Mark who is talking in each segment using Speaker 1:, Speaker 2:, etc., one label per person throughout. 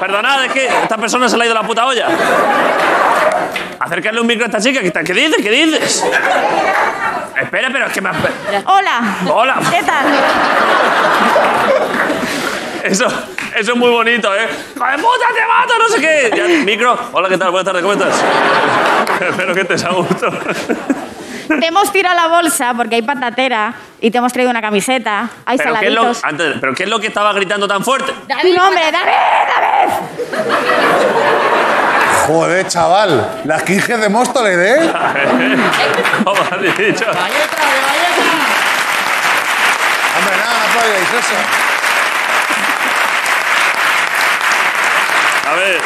Speaker 1: Perdonad, es que esta persona se le ha ido la puta olla. Acercarle un micro a esta chica. ¿Qué, qué dices? ¿Qué dices? Espera, pero es que me... ha-
Speaker 2: Hola.
Speaker 1: Hola.
Speaker 2: ¿Qué tal?
Speaker 1: Eso, eso es muy bonito, ¿eh? ¡Hijo de puta, te mato! No sé qué. Ya, micro. Hola, ¿qué tal? Buenas tardes, ¿cómo estás? Espero que estés a gusto.
Speaker 2: Te hemos tirado la bolsa porque hay patatera y te hemos traído una camiseta. Hay
Speaker 1: Pero ¿qué, es lo,
Speaker 2: saladitos.
Speaker 1: antes, ¿Pero qué es lo que estaba gritando tan fuerte?
Speaker 2: Tu nombre, David.
Speaker 3: Joder, chaval. Las quinges de Móstoles, ¿eh?
Speaker 1: Como has Oh, dicho.
Speaker 3: Hombre, nada, no aplaudíais eso.
Speaker 1: A ver,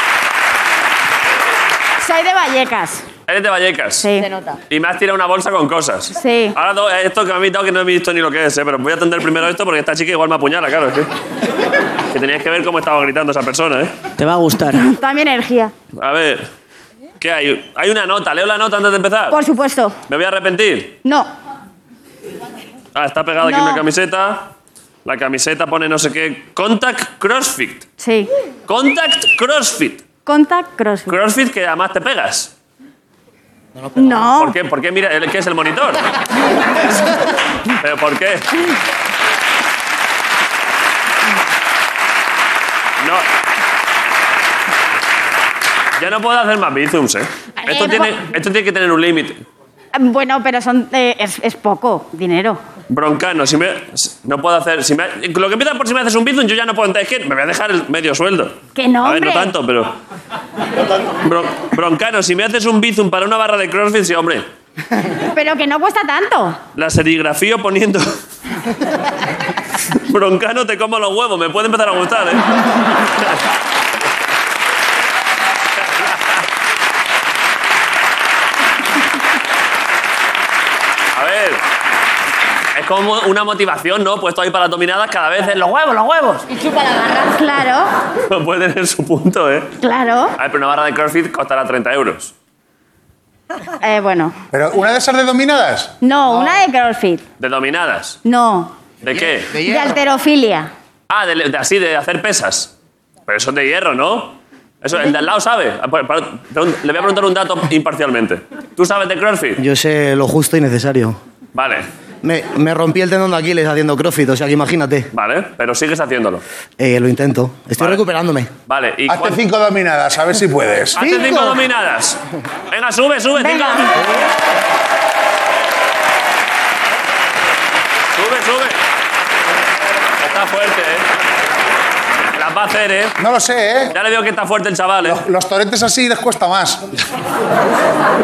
Speaker 2: Soy de Vallecas.
Speaker 1: eres de Vallecas.
Speaker 2: Sí.
Speaker 1: Y me has tirado una bolsa con cosas.
Speaker 2: Sí.
Speaker 1: Ahora do- eh, esto que me ha invitado que no he visto ni lo que es, ¿eh? pero voy a atender primero esto porque esta chica igual me apuñala, claro. es Que, que tenías que ver cómo estaba gritando esa persona, ¿eh?
Speaker 4: Te va a gustar.
Speaker 2: También energía.
Speaker 1: A ver, ¿qué hay? Hay una nota, leo la nota antes de empezar.
Speaker 2: Por supuesto.
Speaker 1: Me voy a arrepentir.
Speaker 2: No.
Speaker 1: Ah, está pegada aquí
Speaker 2: No.
Speaker 1: una camiseta. La camiseta pone no sé qué. Contact CrossFit.
Speaker 2: Sí.
Speaker 1: Contact CrossFit.
Speaker 2: Contact CrossFit.
Speaker 1: CrossFit que además te pegas. ¿Por
Speaker 2: No.
Speaker 1: qué? ¿Por qué mira el- qué es el monitor? ¿Pero por qué? No. Ya no puedo hacer más bizums, ¿eh? Esto
Speaker 2: Eh,
Speaker 1: tiene,
Speaker 2: po-
Speaker 1: esto tiene que tener un límite.
Speaker 2: Bueno, pero son, eh, es, es poco dinero.
Speaker 1: Broncano, si me. si- No puedo hacer. Si me, lo que empieza por si me haces un bizum, yo ya no puedo. Es que me voy a dejar el medio sueldo.
Speaker 2: Que no,
Speaker 1: A ver, no
Speaker 2: hombre.
Speaker 1: tanto, pero. Bron- broncano, si me haces un bizum para una barra de crossfit, sí, hombre.
Speaker 2: Pero que no cuesta tanto.
Speaker 1: La serigrafía poniendo. Broncano, te como los huevos, me puede empezar a gustar, ¿eh? a ver. Es como una motivación, ¿no? Puesto ahí para las dominadas cada vez es los huevos, los huevos.
Speaker 2: Claro,
Speaker 1: Puede tener su punto, ¿eh?
Speaker 2: claro.
Speaker 1: A ver, pero una barra de CrossFit costará 30 euros.
Speaker 2: Eh, bueno.
Speaker 3: Pero una de esas de dominadas.
Speaker 2: No, una de CrossFit.
Speaker 1: ¿De dominadas?
Speaker 2: No.
Speaker 1: ¿De qué?
Speaker 4: De
Speaker 2: De
Speaker 4: hierro.
Speaker 2: alterofilia.
Speaker 1: Ah, de, de- así, de hacer pesas. Pero eso es de hierro, ¿no? Eso, el de al lado sabe. Ah, pa- pa- pregun- Le voy a preguntar un dato imparcialmente. ¿Tú sabes de CrossFit?
Speaker 4: Yo sé lo justo y necesario.
Speaker 1: Vale,
Speaker 4: Me, me rompí el tendón de Aquiles haciendo crossfit, o sea que imagínate.
Speaker 1: vale, pero sigues haciéndolo.
Speaker 4: Eh, lo intento. Estoy
Speaker 1: Vale.
Speaker 4: recuperándome.
Speaker 1: Vale, ¿y
Speaker 3: Hazte
Speaker 1: cuán-
Speaker 3: cinco dominadas, a ver si puedes.
Speaker 1: Hazte cinco.
Speaker 4: Cinco.
Speaker 1: dominadas. Venga, sube, sube, cinco.
Speaker 2: Venga.
Speaker 1: Sube, sube. Está fuerte, ¿eh? Las va a hacer, ¿eh?
Speaker 3: No lo sé, ¿eh?
Speaker 1: Ya le veo que está fuerte el chaval, ¿eh?
Speaker 3: Los toretes así les cuesta más.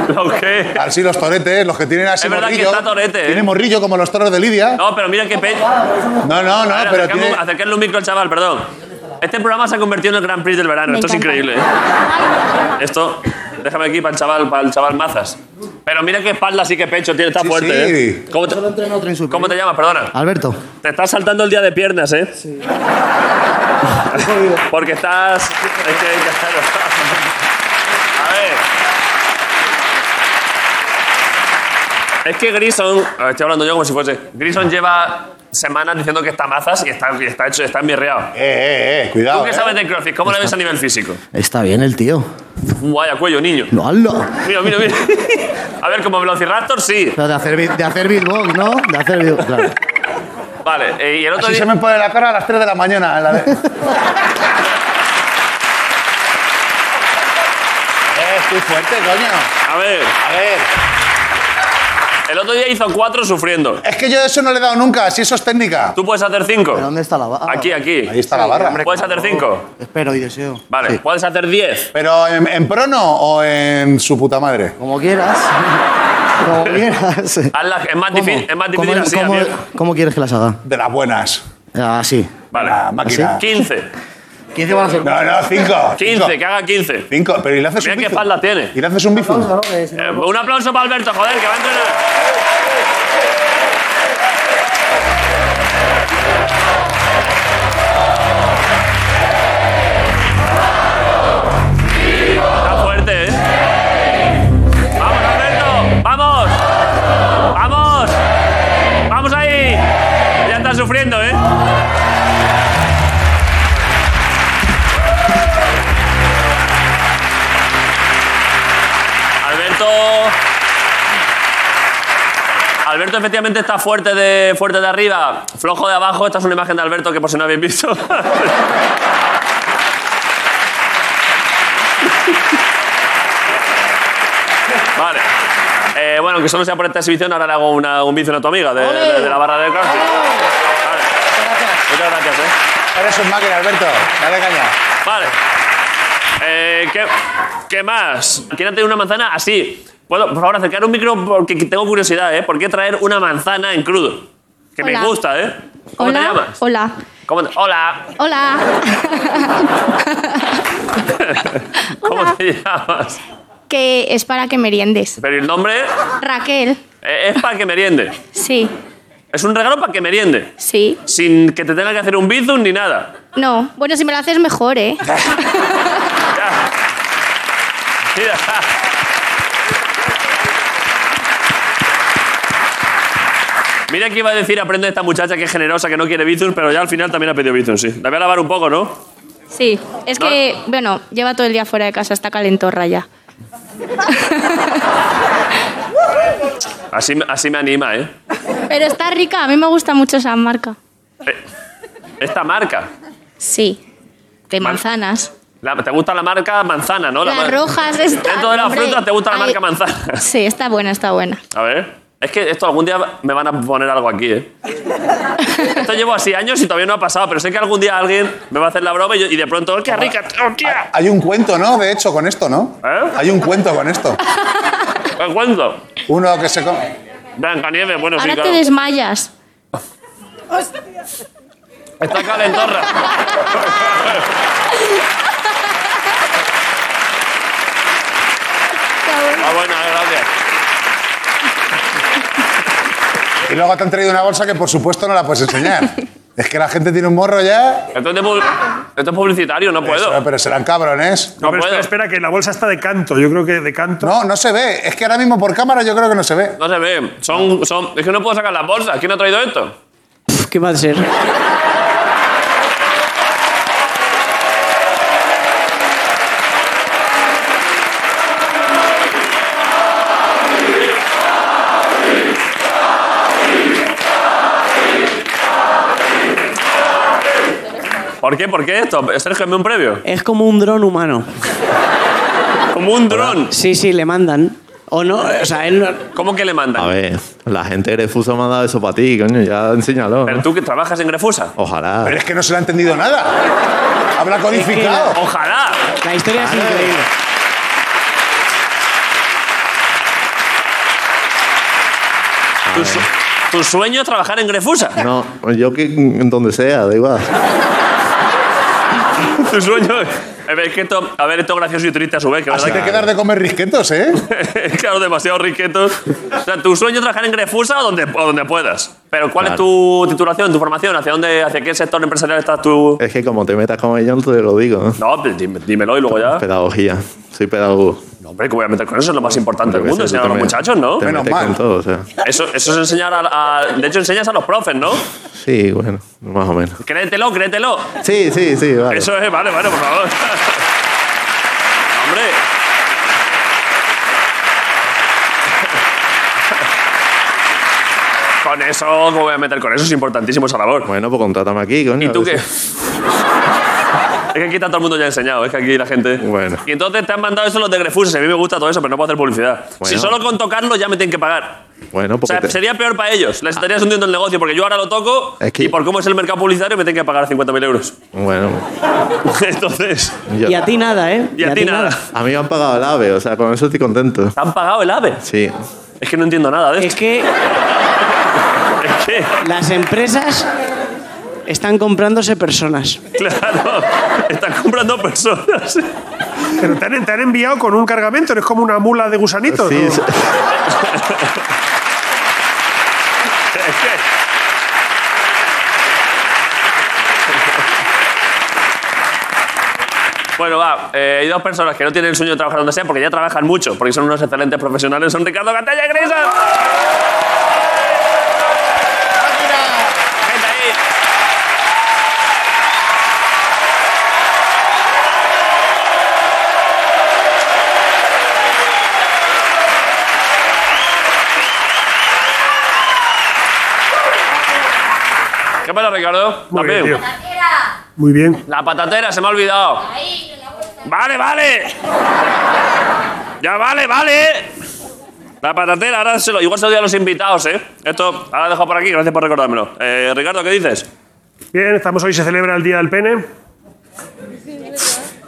Speaker 1: ¿Lo qué?
Speaker 3: Así los toretes, los que tienen así
Speaker 1: Es verdad que
Speaker 3: morrillo.
Speaker 1: está torete, ¿eh?
Speaker 3: Tiene morrillo como los toros de Lidia.
Speaker 1: No, pero mira qué pe...
Speaker 3: No, no, no,
Speaker 1: A ver,
Speaker 3: pero
Speaker 1: acercarle
Speaker 3: tiene...
Speaker 1: un- acercarle un micro al chaval, perdón. Este programa se ha convertido en el Grand Prix del verano.
Speaker 2: Me
Speaker 1: Esto
Speaker 2: encanta.
Speaker 1: es increíble. ¿eh? Esto, déjame aquí para el chaval, para el chaval Mazas. Pero mira qué espalda, sí que pecho tiene, está
Speaker 3: Sí,
Speaker 1: fuerte.
Speaker 3: sí.
Speaker 1: ¿eh? ¿Cómo, te, cómo te llamas? Perdona.
Speaker 4: Alberto.
Speaker 1: Te estás saltando el día de piernas, ¿eh? Sí. Porque estás. es que, claro. A ver. Es que Grison. a ver, Estoy hablando yo como si fuese. Grison lleva semanas diciendo que está mazas y está, y está hecho, está emberreado.
Speaker 3: Eh, eh, eh, cuidado.
Speaker 1: ¿Tú qué
Speaker 3: eh.
Speaker 1: sabes de CrossFit? ¿Cómo la ves a nivel físico?
Speaker 4: Está bien el tío.
Speaker 1: Un Vaya cuello, niño.
Speaker 4: No, hazlo.
Speaker 1: Mira, mira, mira. A ver, como Velociraptor, sí.
Speaker 4: Pero de hacer, bi- de hacer beatbox, ¿no? De hacer beatbox, claro.
Speaker 1: Vale, eh, y el otro
Speaker 3: Así
Speaker 1: día.
Speaker 3: se me pone la cara a las 3 de la mañana. la de- Eh, estoy fuerte, coño.
Speaker 1: A ver,
Speaker 3: A ver.
Speaker 1: el otro día hizo cuatro sufriendo.
Speaker 3: Es que yo eso no le he dado nunca, si eso es técnica.
Speaker 1: ¿Tú puedes hacer cinco?
Speaker 4: ¿Pero dónde está la barra?
Speaker 1: Aquí, aquí.
Speaker 3: Ahí está la barra.
Speaker 1: ¿Puedes hacer cinco?
Speaker 4: Espero y deseo.
Speaker 1: Vale,
Speaker 4: Sí.
Speaker 1: puedes hacer diez.
Speaker 3: ¿Pero en, en prono o en su puta madre?
Speaker 4: Como quieras. Como quieras.
Speaker 1: Hazla- es, más
Speaker 4: ¿Cómo?
Speaker 1: difícil, es más
Speaker 4: ¿Cómo-
Speaker 1: difícil así.
Speaker 4: cómo-
Speaker 1: a diez.
Speaker 4: cómo quieres que las haga? Ah,
Speaker 3: De las buenas.
Speaker 4: Así.
Speaker 3: La
Speaker 1: Vale. ¿Ah,
Speaker 3: máquina.
Speaker 1: 15.
Speaker 4: 15 van a hacer?
Speaker 3: No, no, cinco.
Speaker 1: 15, que haga 15.
Speaker 3: Cinco, pero ¿y le haces
Speaker 1: Mira
Speaker 3: un
Speaker 1: qué
Speaker 3: bizu?
Speaker 1: espalda tiene.
Speaker 3: ¿Y le haces un bizu?
Speaker 1: Eh, un aplauso para Alberto, joder, que va a entrenar. Está fuerte, ¿eh? ¡Vamos, Alberto! ¡Vamos! ¡Vamos! ¡Vamos ahí! Ya está sufriendo, ¿eh? Alberto. Alberto efectivamente está fuerte de, fuerte de arriba, flojo de abajo. Esta es una imagen de Alberto que por si no habéis visto. vale. Eh, bueno, aunque solo sea por esta exhibición, ahora le hago una- un bici a tu amiga de, de- de la barra del crossfit. Vale. Muchas gracias, eh.
Speaker 3: Eres un máquina, Alberto. Dale caña.
Speaker 1: Vale. Eh, ¿qué, qué más? ¿Quién ha traído una manzana así? ¿Puedo, por favor, acercar un micro porque tengo curiosidad, ¿eh? ¿Por qué traer una manzana en crudo? Que
Speaker 5: Hola.
Speaker 1: me gusta, ¿eh? ¿Cómo
Speaker 5: hola,
Speaker 1: te llamas?
Speaker 5: hola,
Speaker 1: ¿Cómo te- hola.
Speaker 5: hola.
Speaker 1: ¿Cómo
Speaker 5: Hola.
Speaker 1: te llamas?
Speaker 5: que es para que meriendes.
Speaker 1: Pero el nombre
Speaker 5: Raquel,
Speaker 1: eh, es para que meriende.
Speaker 5: sí,
Speaker 1: Es un regalo para que meriende.
Speaker 5: sí.
Speaker 1: Sin que te tenga que hacer un bizum ni nada.
Speaker 5: No, bueno, si me lo haces mejor, ¿eh?
Speaker 1: Mira. Mira que iba a decir, aprende de esta muchacha que es generosa, que no quiere bizum, pero ya al final también ha pedido bizum, sí. La voy a lavar un poco, ¿no?
Speaker 5: Sí, es que, bueno, lleva todo el día fuera de casa, está calentorra ya.
Speaker 1: Así, así me anima, ¿eh?
Speaker 5: Pero está rica, a mí me gusta mucho esa marca.
Speaker 1: Eh, Esta marca.
Speaker 5: Sí, de manzanas.
Speaker 1: La- ¿Te gusta la marca manzana, no? La
Speaker 5: Las
Speaker 1: mar-
Speaker 5: rojas están.
Speaker 1: Dentro de las
Speaker 5: hombre.
Speaker 1: frutas te gusta la
Speaker 5: Ay,
Speaker 1: marca manzana.
Speaker 5: Sí, está buena, está buena.
Speaker 1: A ver. Es que esto algún día me van a poner algo aquí, ¿eh? Esto llevo así años y todavía no ha pasado, pero sé que algún día alguien me va a hacer la broma y, yo- y de pronto, ¡qué rica! ¡Hostia!
Speaker 3: Hay un cuento, ¿no? De hecho, con esto, ¿no?
Speaker 1: ¿Eh?
Speaker 3: Hay un cuento con esto.
Speaker 1: ¿Qué cuento?
Speaker 3: Uno que se come.
Speaker 1: Blancanieve, bueno, sí,
Speaker 5: Ahora te
Speaker 1: claro.
Speaker 5: desmayas.
Speaker 1: Está calentorra. Ah, bueno, gracias.
Speaker 3: Y luego te han traído una bolsa que, por supuesto, no la puedes enseñar. Es que la gente tiene un morro ya.
Speaker 1: Esto es, de pub- esto es publicitario, no puedo.
Speaker 3: Eso, pero serán cabrones.
Speaker 1: no
Speaker 6: pero
Speaker 1: puedo.
Speaker 6: espera, espera, que la bolsa está de canto. Yo creo que de canto.
Speaker 3: No, no se ve. Es que ahora mismo por cámara yo creo que no se ve.
Speaker 1: No se ve. Son, son, es que no puedo sacar las bolsas. ¿Quién ha traído esto?
Speaker 7: Pff, ¿Qué va a ser?
Speaker 1: ¿Por qué? ¿Por qué esto? Sergio, hazme un previo.
Speaker 7: Es como un dron humano.
Speaker 1: Como un dron.
Speaker 7: Sí, sí, le mandan. O no, o sea, él no...
Speaker 1: ¿Cómo que le
Speaker 8: A
Speaker 1: mandan?
Speaker 8: ver, la gente de Grefusa me ha dado eso para ti, coño, ya enséñalo. ¿no?
Speaker 1: Pero tú que trabajas en Grefusa.
Speaker 8: Ojalá.
Speaker 3: Pero es que no se le ha entendido nada. Habla codificado.
Speaker 1: Ojalá.
Speaker 7: La historia es increíble.
Speaker 1: Tu, su- tu sueño es trabajar en Grefusa.
Speaker 8: No, yo que en donde sea, da igual.
Speaker 1: Tu sueño es... A ver, es que esto, a ver, esto es gracioso y triste a su vez, que
Speaker 3: Así
Speaker 1: verdad
Speaker 3: te quedas de comer risquetos, ¿eh?
Speaker 1: que- claro, demasiado riquetos. O sea, tu sueño es trabajar en Grefusa o donde, o donde puedas. Pero ¿cuál es
Speaker 8: Claro.
Speaker 1: tu titulación, tu formación? ¿Hacia, dónde, ¿Hacia qué sector empresarial estás
Speaker 9: Eh,
Speaker 1: tú?
Speaker 8: Es que como te metas con ellos, te lo digo. ¿no?
Speaker 1: No, pues dime- dímelo y luego ya.
Speaker 8: Pedagogía. Soy pedagogo.
Speaker 1: No, hombre, que voy a meter con eso, es lo más importante del
Speaker 8: Porque
Speaker 1: mundo,
Speaker 8: eso tú
Speaker 1: enseñar a los
Speaker 8: te metes-
Speaker 1: muchachos, ¿no?
Speaker 8: Te
Speaker 3: Menos
Speaker 8: metes
Speaker 3: mal.
Speaker 8: con todo, o sea.
Speaker 1: Eso, eso es enseñar a, a- De hecho, enseñas a los profes, ¿no?
Speaker 8: Sí, bueno, más o menos.
Speaker 1: Créetelo, créetelo.
Speaker 8: Sí, sí, sí, vale.
Speaker 1: Eso es, vale, vale, por favor. Hombre. Con eso, ¿cómo voy a meter con eso? Es importantísimo esa labor.
Speaker 8: Bueno, pues contrátame aquí, coño.
Speaker 1: ¿Y tú
Speaker 8: a
Speaker 1: qué?
Speaker 8: ver si-
Speaker 1: Es que aquí está todo el mundo ya enseñado, es que aquí la gente.
Speaker 8: Bueno.
Speaker 1: Y entonces te han mandado eso los de Grefus, a mí me gusta todo eso, pero no puedo hacer publicidad. Si
Speaker 8: Bueno.
Speaker 1: solo con tocarlo ya me tienen que pagar.
Speaker 8: Bueno,
Speaker 1: O
Speaker 8: porque
Speaker 1: sea,
Speaker 8: te-
Speaker 1: sería peor para ellos. Les estarías hundiendo el negocio, porque yo ahora lo toco
Speaker 8: Ah. Es que-
Speaker 1: y por cómo es el mercado publicitario me tienen que pagar 50.000 euros.
Speaker 8: Bueno,
Speaker 1: Entonces,
Speaker 8: yo-
Speaker 7: Y a ti nada, ¿eh?
Speaker 1: y a ti nada.
Speaker 8: a mí me han pagado el AVE, o sea, con eso estoy contento.
Speaker 1: ¿Te han pagado el AVE?
Speaker 8: Sí.
Speaker 1: Es que no entiendo nada de
Speaker 7: Es
Speaker 1: esto.
Speaker 7: que
Speaker 1: Es que,
Speaker 7: las empresas están comprándose personas.
Speaker 1: claro, están comprando personas.
Speaker 6: Pero te han, te han enviado con un cargamento, eres como una mula de gusanitos.
Speaker 8: Sí,
Speaker 6: ¿no?
Speaker 8: sí.
Speaker 1: Bueno, va, eh, hay dos personas que no tienen el sueño de trabajar donde sea porque ya trabajan mucho, porque son unos excelentes profesionales. Son Ricardo Cantella y Grisa. Gente ahí. pasa, Ricardo?
Speaker 6: Muy bien,
Speaker 1: También.
Speaker 6: tío. Muy bien.
Speaker 1: La patatera, se me ha olvidado. Vale, vale. ya vale, vale. La patatera, ahora se lo, igual se lo doy a los invitados, ¿eh? Esto, ahora lo dejo por aquí, gracias por recordármelo. Eh, Ricardo, ¿qué dices?
Speaker 6: Bien, estamos hoy, se celebra el Día del Pene. O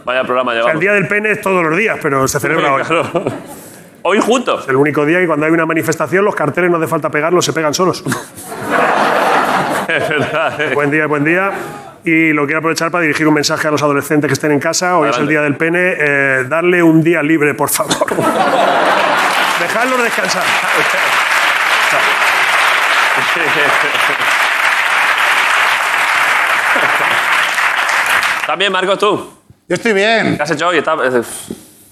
Speaker 1: Vaya programa
Speaker 6: sea, el
Speaker 1: llevamos.
Speaker 6: Día del Pene es todos los días, pero se celebra hoy.
Speaker 1: Claro. Hoy juntos.
Speaker 6: El único día que cuando hay una manifestación los carteles no hace falta pegarlos, se pegan solos.
Speaker 1: Es verdad, eh.
Speaker 6: buen día, buen día. Y lo quiero aprovechar para dirigir un mensaje a los adolescentes que estén en casa. Hoy es el
Speaker 1: Adelante.
Speaker 6: día del pene. eh, darle un día libre, por favor. Dejadlos descansar.
Speaker 1: También, Marcos, tú.
Speaker 3: Yo estoy bien,
Speaker 1: ¿Qué has hecho hoy? Está- eh,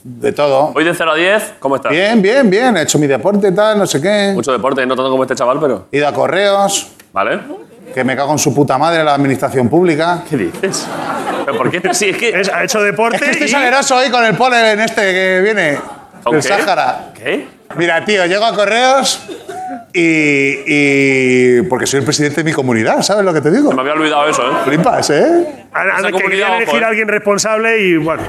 Speaker 3: de todo.
Speaker 1: hoy de 0 a 10, ¿cómo estás?
Speaker 3: Bien, bien, bien. He hecho mi deporte, tal, no sé qué.
Speaker 1: Mucho deporte, no tanto como este chaval, pero.
Speaker 3: He ido a correos,
Speaker 1: ¿Vale?
Speaker 3: que me cago en su puta madre la administración pública.
Speaker 1: ¿Qué dices? ¿Pero por qué estás así? Es que.
Speaker 6: Es- ha hecho deporte.
Speaker 3: Es que estoy
Speaker 6: y-
Speaker 3: saleroso hoy con el polen este que viene
Speaker 1: ¿Con
Speaker 3: del
Speaker 1: qué?
Speaker 3: Sáhara.
Speaker 1: ¿Qué?
Speaker 3: Mira, tío, llego a correos y, y- Porque soy el presidente de mi comunidad, ¿sabes lo que te digo?
Speaker 1: Se me había olvidado eso, ¿eh?
Speaker 3: Flipas, ¿eh?
Speaker 6: a- a-
Speaker 1: esa
Speaker 6: que
Speaker 1: comunidad,
Speaker 6: querían
Speaker 1: ojo,
Speaker 6: elegir
Speaker 1: eh.
Speaker 6: a alguien responsable y bueno.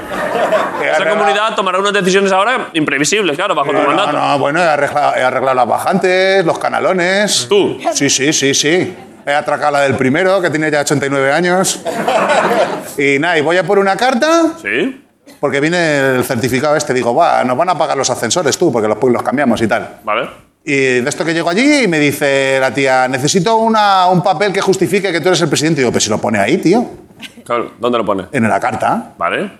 Speaker 1: Esa comunidad tomará unas decisiones ahora imprevisibles, claro, bajo tu
Speaker 3: No, no,
Speaker 1: mandato.
Speaker 3: no, bueno, he arreglado, he arreglado las bajantes, los canalones.
Speaker 1: Tú.
Speaker 3: Sí, sí, sí, sí. He atracado la del primero, que tiene ya 89 años. Y nada, y voy a por una carta,
Speaker 1: ¿Sí?
Speaker 3: porque viene el certificado este. Digo, va, nos van a pagar los ascensores tú, porque los, los cambiamos y tal.
Speaker 1: Vale.
Speaker 3: Y de esto que llego allí y me dice la tía, necesito una, un papel que justifique que tú eres el presidente. Y digo, pero si lo pone ahí, tío,
Speaker 1: Claro, ¿Dónde lo pones?
Speaker 3: en la carta.
Speaker 1: Vale.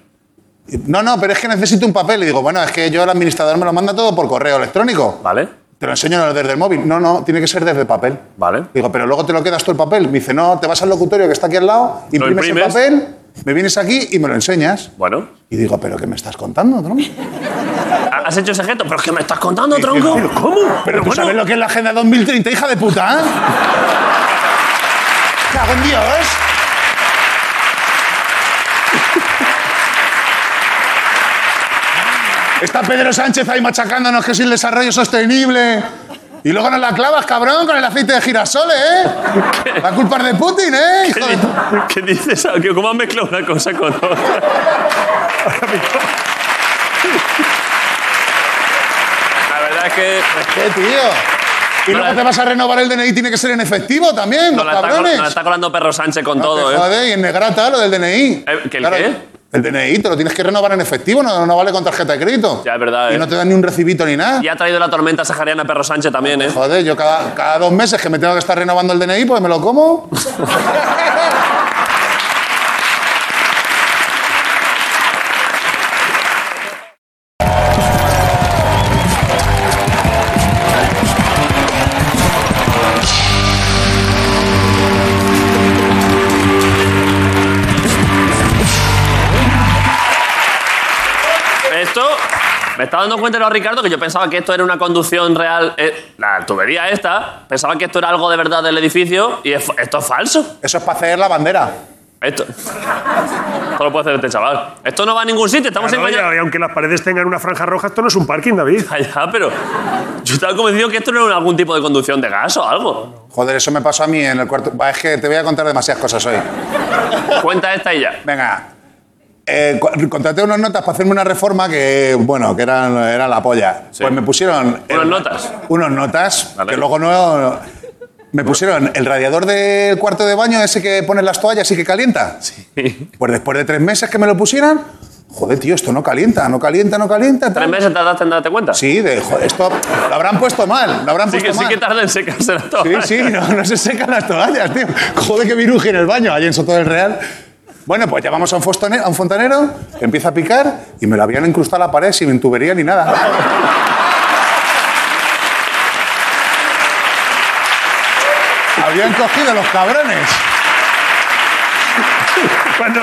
Speaker 3: Y, no, no, pero es que necesito un papel. Y digo, bueno, es que yo el administrador me lo manda todo por correo electrónico.
Speaker 1: Vale.
Speaker 3: Te lo enseño desde el móvil. No, no, tiene que ser desde papel.
Speaker 1: Vale.
Speaker 3: Digo, pero luego te lo quedas tú el papel. Me dice, no, te vas al locutorio que está aquí al lado, imprimes, el
Speaker 1: imprimes.
Speaker 3: papel, me vienes aquí y me lo enseñas.
Speaker 1: Bueno.
Speaker 3: Y digo, pero ¿qué me estás contando, tronco?
Speaker 1: ¿Has hecho ese gesto? ¿Pero es que me estás contando, tronco?
Speaker 3: pero
Speaker 1: ¿Cómo?
Speaker 3: ¿Pero tú sabes lo que es la Agenda 2030, hija de puta? ¿eh? ¡Cago en Dios! Está Pedro Sánchez ahí machacándonos que es el desarrollo sostenible. Y luego nos la clavas, cabrón, con el aceite de girasol, ¿eh? La culpa es de Putin, ¿eh? Hijo de pu-
Speaker 1: ¿Qué dices? Alkio? ¿Cómo has mezclado una cosa con otra? La verdad es que
Speaker 3: ¿Qué, tío? Y
Speaker 1: No la-
Speaker 3: luego te vas a renovar el DNI, tiene que ser en efectivo también,
Speaker 1: nos
Speaker 3: los
Speaker 1: la, está, col-
Speaker 3: cabrones.
Speaker 1: nos la está colando Perro Sánchez con
Speaker 3: No
Speaker 1: todo,
Speaker 3: te
Speaker 1: ¿eh?
Speaker 3: jode, y en negrata lo del DNI.
Speaker 1: Eh, ¿que el qué?
Speaker 3: El DNI te lo tienes que renovar en efectivo, no, no vale con tarjeta de crédito.
Speaker 1: Ya, es verdad,
Speaker 3: Y
Speaker 1: eh.
Speaker 3: no te dan ni un recibito ni nada.
Speaker 1: Y ha traído la tormenta sahariana a Perro Sánchez también, ¿eh?
Speaker 3: Joder, yo cada, cada dos meses que me tengo que estar renovando el DNI, pues me lo como.
Speaker 1: Esto. Me estaba dando cuenta ahora, Ricardo, que yo pensaba que esto era una conducción real. eh, la tubería esta. Pensaba que esto era algo de verdad del edificio. Y es fa- esto es falso.
Speaker 3: Eso es para hacer la bandera.
Speaker 1: Esto. Esto lo puede hacer este chaval. Esto no va a ningún sitio. Estamos
Speaker 6: Claro,
Speaker 1: engañando.
Speaker 6: y y aunque las paredes tengan una franja roja, esto no es un parking, David.
Speaker 1: Allá, pero. Yo estaba convencido que esto no era algún tipo de conducción de gas o algo.
Speaker 3: Joder, eso me pasó a mí en el cuarto. Va, es que te voy a contar demasiadas cosas hoy.
Speaker 1: Cuenta esta y ya.
Speaker 3: Venga. Eh, cu- contraté unas notas para hacerme una reforma que, bueno, que eran, era la polla. Pues me pusieron.
Speaker 1: Unas notas.
Speaker 3: Unos notas,
Speaker 1: Vale.
Speaker 3: que luego no. Me pusieron el radiador del cuarto de baño, ese que pones las toallas y que calienta. Pues después de tres meses que me lo pusieran, joder, tío, esto no calienta, no calienta, no calienta.
Speaker 1: ¿Tres
Speaker 3: tal.
Speaker 1: meses tardaste en darte cuenta?
Speaker 3: Sí, de, joder, esto lo habrán puesto mal, lo habrán
Speaker 1: Sí que,
Speaker 3: puesto
Speaker 1: sí
Speaker 3: mal.
Speaker 1: que tarda en secarse la ¿eh?
Speaker 3: Sí,
Speaker 1: toalla.
Speaker 3: sí, no, no se secan las toallas, tío. Joder, que viruje en el baño, allí en Soto del Real. Bueno, pues llamamos a un, fostone- a un fontanero, empieza a picar y me lo habían incrustado a la pared sin tubería ni nada. habían cogido los cabrones.
Speaker 6: Cuando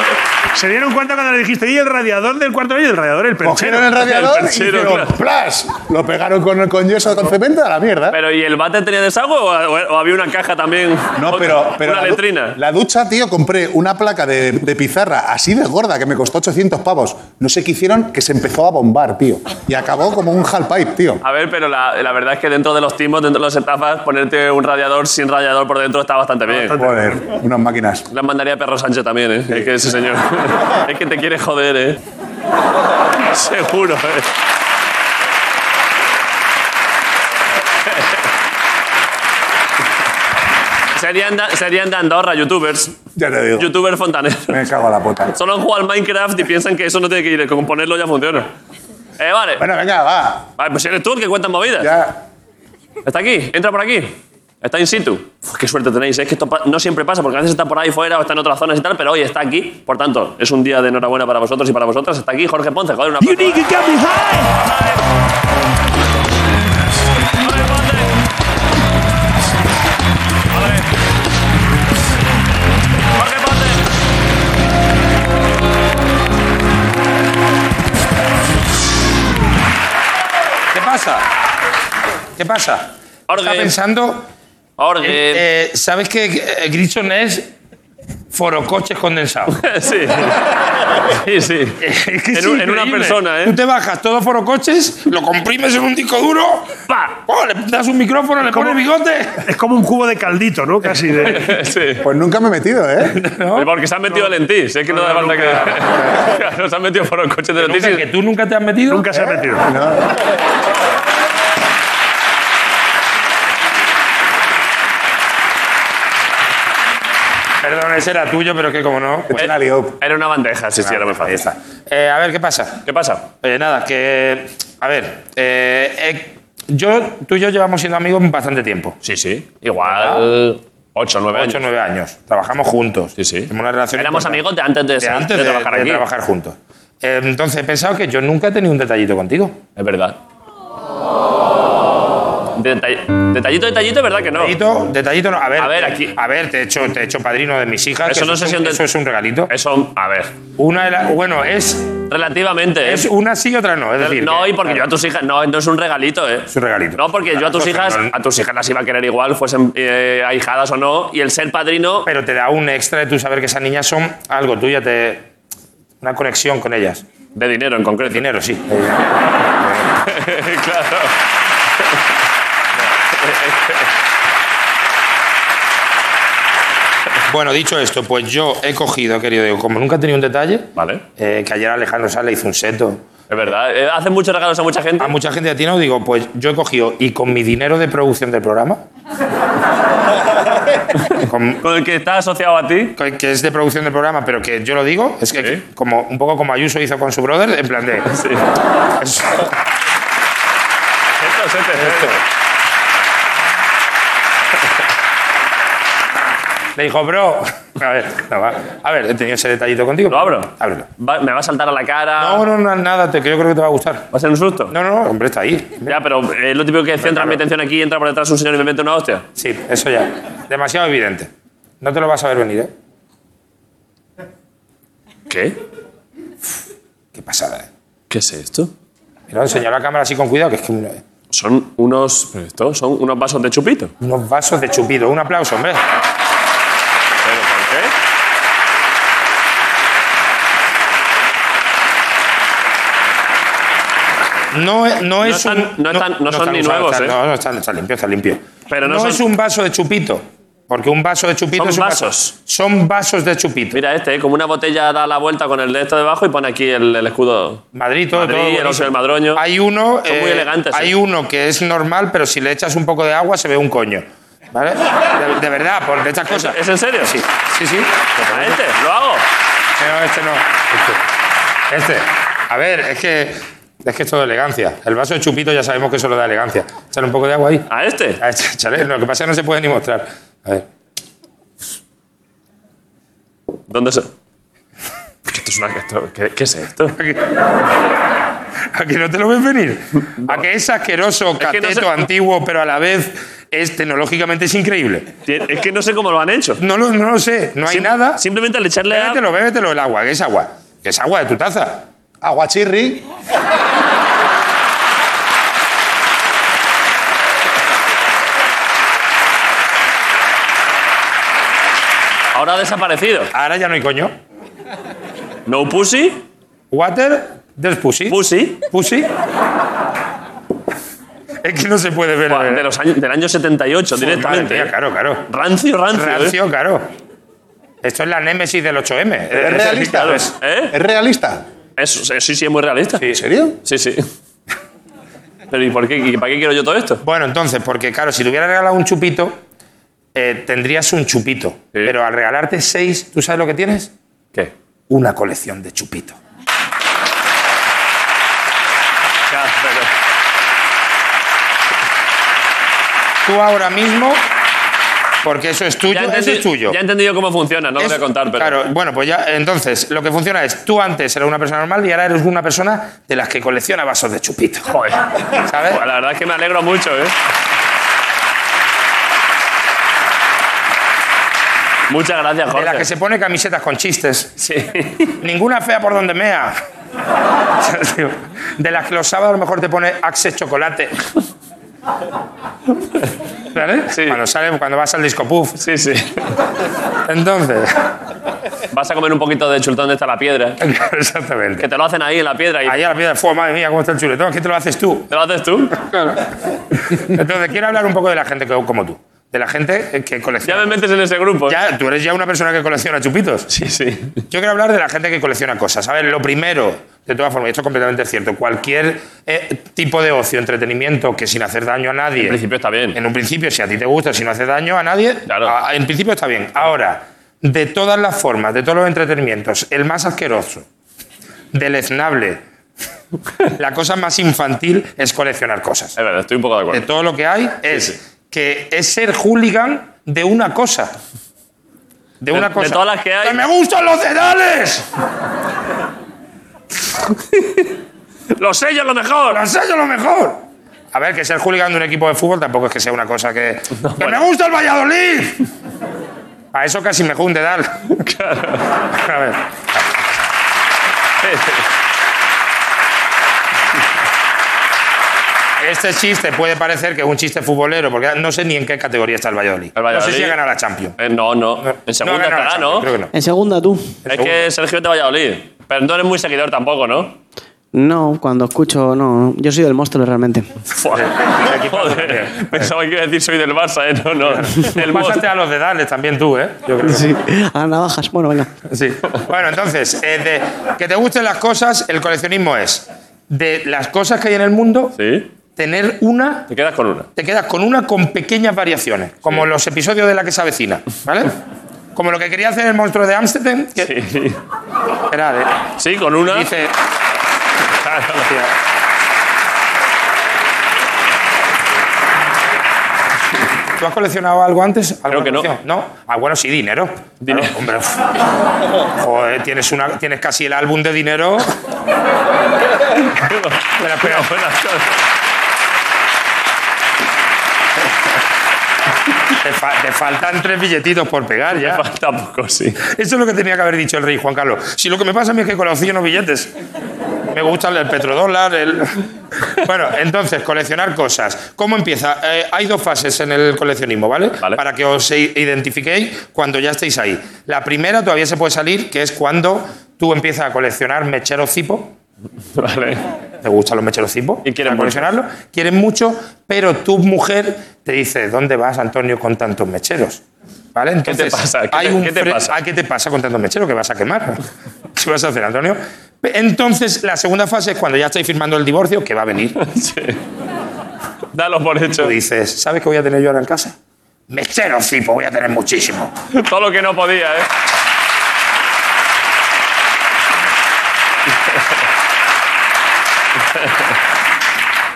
Speaker 6: se dieron cuenta cuando le dijiste, y el radiador del cuarto año, el radiador, el perchero.
Speaker 3: Cogieron el radiador
Speaker 1: El perchero,
Speaker 3: y hicieron
Speaker 1: claro.
Speaker 3: ¡plas! Lo pegaron con, con yeso, con cemento, a la mierda.
Speaker 1: Pero ¿y el bate tenía desagüe o, o- o había una caja también?
Speaker 3: No,
Speaker 1: Otra-
Speaker 3: pero, pero
Speaker 1: una
Speaker 3: la, du-
Speaker 1: letrina.
Speaker 3: la ducha, tío, compré una placa de, de pizarra así de gorda que me costó 800 pavos. No sé qué hicieron, que se empezó a bombar, tío. Y acabó como un half pipe, tío.
Speaker 1: A ver, pero la, la verdad es que dentro de los timos, dentro de las etapas, ponerte un radiador sin radiador por dentro está bastante bien.
Speaker 3: Joder, unas máquinas.
Speaker 1: La mandaría a Perro Sánchez también, ¿eh? Es que ese señor. es que te quiere joder, ¿eh? Seguro, ¿eh? Serían, de- serían de Andorra, youtubers.
Speaker 3: Ya te digo.
Speaker 1: Youtubers fontaneros.
Speaker 3: Me cago en la puta.
Speaker 1: Solo han jugado al Minecraft y piensan que eso no tiene que ir. Con ponerlo ya funciona. Eh, vale.
Speaker 3: Bueno, venga, va.
Speaker 1: Vale, pues eres tú el que cuentas movidas.
Speaker 3: Ya.
Speaker 1: Está aquí, entra por aquí. Está in situ. Uf, qué suerte tenéis, ¿eh? es que esto pa- no siempre pasa, porque a veces está por ahí fuera o está en otras zonas y tal, pero hoy está aquí. Por tanto, es un día de enhorabuena para vosotros y para vosotras. Está aquí Jorge Ponce, joder, una
Speaker 7: You need to get me high.
Speaker 1: Jorge Ponce.
Speaker 10: ¿Qué pasa? ¿Qué pasa?
Speaker 1: Jorge.
Speaker 10: Está pensando.
Speaker 1: Jorge.
Speaker 10: eh, ¿Sabes que eh, Grissom es forocoches condensados?
Speaker 1: Sí. Sí,
Speaker 10: Eh,
Speaker 1: sí.
Speaker 10: Es que es
Speaker 1: En, un- en una
Speaker 10: increíble.
Speaker 1: persona,
Speaker 10: Tú
Speaker 1: ¿eh?
Speaker 10: te bajas todo forocoches, lo comprimes en un disco duro,
Speaker 1: ¡Pa!
Speaker 10: oh, le das un micrófono, le
Speaker 6: ¿Cómo?
Speaker 10: pones bigote.
Speaker 6: Es como un cubo de caldito, ¿no? Casi de...
Speaker 1: ¿eh? Sí.
Speaker 3: Pues nunca me he metido, ¿eh?
Speaker 1: Porque se han metido el en ti, si es que no, da falta que. Claro, se han metido por el coche de
Speaker 10: Nunca- ¿Que
Speaker 1: Lentisis.
Speaker 10: tú nunca te has metido?
Speaker 6: Nunca se
Speaker 3: ¿Eh?
Speaker 6: ha metido.
Speaker 10: Perdón, ese era tuyo, pero que como no.
Speaker 3: Es una liop.
Speaker 1: Era una bandeja, sí, sí, era muy
Speaker 10: Ahí
Speaker 1: fácil.
Speaker 10: está. Eh, a ver, ¿qué pasa?
Speaker 1: ¿Qué pasa?
Speaker 10: Oye, nada, que. A ver, eh, eh, yo, tú y yo llevamos siendo amigos bastante tiempo.
Speaker 1: Sí, sí. Igual. 8, 9 años.
Speaker 10: Ocho, nueve años. Trabajamos juntos.
Speaker 1: Sí, sí.
Speaker 10: Tenemos una relación.
Speaker 1: Éramos
Speaker 10: importante.
Speaker 1: amigos de antes de,
Speaker 10: de
Speaker 1: ser-
Speaker 10: antes
Speaker 1: de
Speaker 10: de,
Speaker 1: trabajar
Speaker 10: de
Speaker 1: aquí.
Speaker 10: trabajar juntos. Eh, entonces he pensado que yo nunca he tenido un detallito contigo.
Speaker 1: Es verdad. Detall- detallito, detallito, es verdad que no.
Speaker 10: Detallito, detallito no. A ver,
Speaker 1: A ver,
Speaker 10: te-
Speaker 1: aquí-
Speaker 10: A ver, te he hecho, te he hecho padrino de mis hijas.
Speaker 1: Eso
Speaker 10: que
Speaker 1: no sé
Speaker 10: es
Speaker 1: si
Speaker 10: un,
Speaker 1: un det-
Speaker 10: Eso es un regalito.
Speaker 1: Eso, a ver.
Speaker 10: Una de la- bueno, es,
Speaker 1: Relativamente. ¿eh?
Speaker 10: es una sí y otra no. Es decir,
Speaker 1: no,
Speaker 10: que-
Speaker 1: y porque yo a tus hijas. No, no es un regalito, ¿eh?
Speaker 10: Es un regalito.
Speaker 1: No, porque yo a tus
Speaker 10: Claro,
Speaker 1: hijas.
Speaker 10: no-
Speaker 1: A tus hijas las iba a querer igual, fuesen eh, ahijadas o no. Y el ser padrino.
Speaker 10: Pero te da un extra de tú saber que esas niñas son algo tuya, te. Una conexión con ellas.
Speaker 1: De dinero en concreto.
Speaker 10: Dinero, sí.
Speaker 1: claro.
Speaker 10: Bueno, dicho esto, pues yo he cogido, querido, digo, como nunca he tenido un detalle,
Speaker 1: Vale.
Speaker 10: eh, que ayer Alejandro Sanz le hizo un seto.
Speaker 1: Es verdad. Eh, Hacen muchos regalos a mucha gente.
Speaker 10: A mucha gente latina digo, pues yo he cogido y con mi dinero de producción del programa, con-
Speaker 1: Con el que está asociado a ti.
Speaker 10: con- que es de producción del programa, pero que yo lo digo, es que
Speaker 1: Sí.
Speaker 10: como un poco como Ayuso hizo con su brother, en plan de
Speaker 1: Sí.
Speaker 10: es-
Speaker 1: Esto, se te-
Speaker 10: le dijo, bro, a ver, no, va. a ver, he tenido ese detallito contigo.
Speaker 1: ¿Lo abro?
Speaker 10: Ábrelo.
Speaker 1: Va- me va a saltar a la cara.
Speaker 10: No, no, no, nada, te, que yo creo que te va a gustar.
Speaker 1: ¿Va a ser un susto?
Speaker 10: No, no, no, hombre, está ahí.
Speaker 1: Ya, pero eh, lo típico que centra mi atención aquí, entra por detrás un señor y me mete una hostia.
Speaker 10: Sí, eso ya. Demasiado evidente. No te lo vas a ver venir, ¿eh?
Speaker 1: ¿Qué?
Speaker 10: Qué pasada, ¿eh?
Speaker 1: ¿Qué es esto?
Speaker 10: Mira, enseña la cámara así con cuidado, que es que uno-
Speaker 1: Son unos. pero esto, son unos vasos de chupito.
Speaker 10: unos vasos de chupido. Un aplauso, hombre.
Speaker 1: ¿Pero por qué?
Speaker 10: No, es- no es
Speaker 1: están-
Speaker 10: un,
Speaker 1: no están- no son
Speaker 10: están
Speaker 1: ni
Speaker 10: usados,
Speaker 1: nuevos,
Speaker 10: están-
Speaker 1: ¿eh?
Speaker 10: No, no, están- está limpio, está limpio.
Speaker 1: Pero no
Speaker 10: no
Speaker 1: son-
Speaker 10: es un vaso de chupito, porque un vaso de chupito
Speaker 1: Son
Speaker 10: es un vaso-
Speaker 1: vasos.
Speaker 10: Son vasos de chupito.
Speaker 1: Mira este, ¿eh? como una botella da la vuelta con el de esto debajo y pone aquí el, el escudo. Madrid,
Speaker 10: Madrid, todo, todo
Speaker 1: el
Speaker 10: buenísimo.
Speaker 1: oso del madroño.
Speaker 10: Hay uno,
Speaker 1: Son muy elegantes,
Speaker 10: Hay
Speaker 1: ¿eh?
Speaker 10: uno que es normal, pero si le echas un poco de agua se ve un coño. ¿Vale? De, de verdad, por de estas cosas.
Speaker 1: ¿Es en serio?
Speaker 10: Sí, sí, sí.
Speaker 1: ¿A este? ¿Lo hago?
Speaker 10: Eh, No, este no. Este. Este. A ver, es que es que es todo elegancia. El vaso de chupito ya sabemos que eso lo da elegancia. Échale un poco de agua ahí.
Speaker 1: ¿A este?
Speaker 10: Ah, echa- échale. Lo que pasa es que no se puede ni mostrar. A ver.
Speaker 1: ¿Dónde se.?
Speaker 10: Pues
Speaker 1: Esto es una- esto- ¿Qué, qué es esto?
Speaker 10: ¿A que no te lo ves venir? ¿A que es asqueroso,
Speaker 1: que no
Speaker 10: cateto,
Speaker 1: sé-
Speaker 10: antiguo, pero a la vez es tecnológicamente es increíble?
Speaker 1: Tien- Es que no sé cómo lo han hecho.
Speaker 10: No lo, no lo sé. No hay
Speaker 1: Sim-
Speaker 10: nada.
Speaker 1: Simplemente al echarle a...
Speaker 10: Bébetelo, bébetelo el agua, que es agua. Que es agua de tu taza.
Speaker 3: Aguachirri.
Speaker 1: Ahora ha desaparecido.
Speaker 10: Ahora ya no hay coño.
Speaker 1: No pussy.
Speaker 10: Water, Del pussy.
Speaker 1: Pussy.
Speaker 10: Pussy. Es que no se puede ver.
Speaker 1: Buah,
Speaker 10: ¿verdad?
Speaker 1: De los años, del año 78,
Speaker 10: Madre
Speaker 1: directamente.
Speaker 10: mía,
Speaker 1: ¿eh?
Speaker 10: claro, claro.
Speaker 1: Rancio, rancio. ¿eh?
Speaker 10: Rancio, claro. Esto es la némesis del 8M.
Speaker 3: ¿Es realista?
Speaker 1: claro, es- ¿eh?
Speaker 3: ¿Es realista?
Speaker 1: Eso, eh, sí, sí, es muy realista.
Speaker 10: Sí.
Speaker 3: ¿En serio?
Speaker 1: Sí, sí. Pero ¿y por qué? ¿Y para qué quiero yo todo esto?
Speaker 10: Bueno, entonces, porque claro, si te hubiera regalado un chupito, eh, tendrías un chupito. Pero al regalarte seis, ¿tú sabes lo que tienes?
Speaker 1: ¿Qué?
Speaker 10: Una colección de chupitos.
Speaker 1: Ya, pero-
Speaker 10: Tú ahora mismo, porque eso es tuyo,
Speaker 1: Ya he
Speaker 10: eso
Speaker 1: entendido-
Speaker 10: es tuyo.
Speaker 1: Ya he entendido cómo funciona, no lo voy a
Speaker 10: Eso-
Speaker 1: contar, pero.
Speaker 10: Claro, bueno, pues ya, entonces, lo que funciona es, tú antes eras una persona normal y ahora eres una persona de las que colecciona vasos de chupito.
Speaker 1: Joder.
Speaker 10: ¿Sabes?
Speaker 1: Pues la verdad es que me alegro mucho, ¿eh? Muchas gracias,
Speaker 10: De las
Speaker 1: Jorge.
Speaker 10: que se pone camisetas con chistes.
Speaker 1: Sí.
Speaker 10: Ninguna fea por donde mea. De las que los sábados a lo mejor te pone Axe Chocolate. ¿Vale?
Speaker 1: Sí.
Speaker 10: Cuando, sale, cuando vas al disco puff.
Speaker 1: Sí, sí.
Speaker 10: Entonces,
Speaker 1: Vas a comer un poquito de chultón de está la piedra. Que
Speaker 10: exactamente.
Speaker 1: te lo hacen ahí en la piedra y
Speaker 10: Ahí a la piedra de fuego, madre mía, cómo está el chuletón, aquí te lo haces tú.
Speaker 1: te lo haces tú.
Speaker 10: Entonces, quiero hablar un poco de la gente que- como tú. De la gente eh, que
Speaker 1: Ya me
Speaker 10: colecciona.
Speaker 1: metes en ese grupo.
Speaker 10: Ya, tú eres ya una persona que colecciona chupitos.
Speaker 1: Sí, sí.
Speaker 10: Yo quiero hablar de la gente que colecciona cosas. A ver, lo primero, de todas formas, y esto es completamente cierto, cualquier eh, tipo de ocio, entretenimiento, que sin hacer daño a nadie...
Speaker 1: En principio está bien.
Speaker 10: En un principio, si a ti te gusta, si no hace daño a nadie,
Speaker 1: Claro.
Speaker 10: a- en principio está bien. Ahora, de todas las formas, de todos los entretenimientos, el más asqueroso, deleznable, la cosa más infantil es coleccionar cosas.
Speaker 1: Es verdad, estoy un poco de
Speaker 10: De
Speaker 1: acuerdo.
Speaker 10: todo lo que hay es que es ser hooligan de una cosa. De una
Speaker 1: de
Speaker 10: cosa.
Speaker 1: todas las que hay.
Speaker 10: ¡Me gustan los dedales!
Speaker 1: ¡Los sellos, lo mejor!
Speaker 10: ¡Los sellos lo mejor! A ver, que ser hooligan de un equipo de fútbol tampoco es que sea una cosa que. ¡Que
Speaker 1: bueno.
Speaker 10: me gusta el Valladolid! A eso casi me junte, Dal. A ver. Este chiste puede parecer que es un chiste futbolero, porque no sé ni en qué categoría está el Valladolid.
Speaker 1: El Valladolid.
Speaker 10: No sé si ha ganado la Champions.
Speaker 1: Eh, no, no. En segunda
Speaker 10: ha ganado la
Speaker 1: estará,
Speaker 10: Champions,
Speaker 1: ¿no?
Speaker 10: Creo que no.
Speaker 7: En segunda, tú.
Speaker 1: Es que Sergio es de Valladolid. Pero no eres muy seguidor tampoco, ¿no?
Speaker 7: No, cuando escucho, no. Yo soy del Móstoles realmente.
Speaker 1: Joder. Joder. Pensaba que iba a decir soy del Barça, ¿eh? No, no. Del
Speaker 10: Pásate
Speaker 1: Barça.
Speaker 10: a los dedales también tú, ¿eh? Yo creo.
Speaker 7: Sí. A navajas. Bueno, venga.
Speaker 10: Sí. Bueno, entonces, eh, de que te gusten las cosas, el coleccionismo es de las cosas que hay en el mundo,
Speaker 1: Sí.
Speaker 10: tener una,
Speaker 1: Te quedas con una.
Speaker 10: te quedas con una con pequeñas variaciones, como los episodios de la que se avecina, ¿vale? Como lo que quería hacer el monstruo de Ámsterdam, que
Speaker 1: Sí.
Speaker 10: era de-
Speaker 1: Sí, con una.
Speaker 10: dice,
Speaker 1: Claro.
Speaker 10: ¿Tú has coleccionado algo antes? ¿Alguna
Speaker 1: Creo que no.
Speaker 10: colección? no. Ah, bueno, sí, dinero.
Speaker 1: Dinero.
Speaker 10: Claro, hombre. uf. Joder, tienes, una, tienes casi el álbum de dinero. Espera, espera.
Speaker 1: Buenas cosas.
Speaker 10: Te, fa- te faltan tres billetitos por pegar ya.
Speaker 1: Falta poco, sí.
Speaker 10: Eso es lo que tenía que haber dicho el rey Juan Carlos. Si lo que me pasa a mí es que colecciono billetes. Me gusta el petrodólar, el... Bueno, entonces, coleccionar cosas. ¿Cómo empieza? Eh, hay dos fases en el coleccionismo, ¿vale?
Speaker 1: Vale.
Speaker 10: Para que os i- identifiquéis cuando ya estéis ahí. La primera todavía se puede salir, que es cuando tú empiezas a coleccionar mechero cipo.
Speaker 1: Vale.
Speaker 10: ¿Te gustan los mecheros cipo?
Speaker 1: Y quieren mucho.
Speaker 10: ¿Para coleccionarlo? Quieren mucho, pero tu mujer te dice, ¿dónde vas, Antonio, con tantos mecheros? ¿Vale? Entonces,
Speaker 1: pasa? ¿Qué
Speaker 10: hay
Speaker 1: te-
Speaker 10: un
Speaker 1: qué te
Speaker 10: fre-
Speaker 1: pasa?
Speaker 10: Ah, ¿qué te pasa con tantos mecheros? ¿Qué vas a quemar? ¿Qué vas a hacer, Antonio? Entonces, la segunda fase es cuando ya estáis firmando el divorcio, que va a venir.
Speaker 1: Sí. Dalo por hecho.
Speaker 10: Tú dices, ¿sabes qué voy a tener yo ahora en casa? Mecheros cipo, voy a tener muchísimo.
Speaker 1: Todo lo que no podía, ¿eh?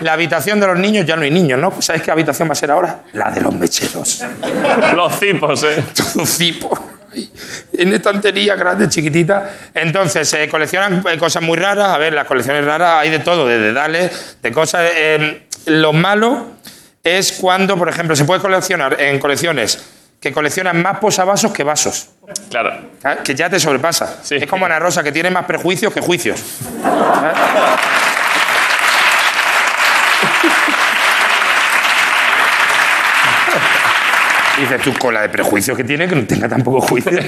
Speaker 10: La habitación de los niños, ya no hay niños, ¿no? ¿Sabes qué habitación va a ser ahora? La de los mecheros.
Speaker 1: Los cipos, ¿eh?
Speaker 10: todo tipo. En estantería grande, chiquitita. Entonces, se coleccionan eh, cosas muy raras. A ver, las colecciones raras hay de todo, de dedales, de cosas. eh, lo malo es cuando, por ejemplo, se puede coleccionar en colecciones que coleccionan más posavasos que vasos,
Speaker 1: Claro.
Speaker 10: ¿eh? que ya te sobrepasa.
Speaker 1: Sí.
Speaker 10: Es como Ana Rosa, que tiene más prejuicios que juicios. ¿Eh? Y dices tú, con la de prejuicios que tiene, que no tenga tampoco juicio.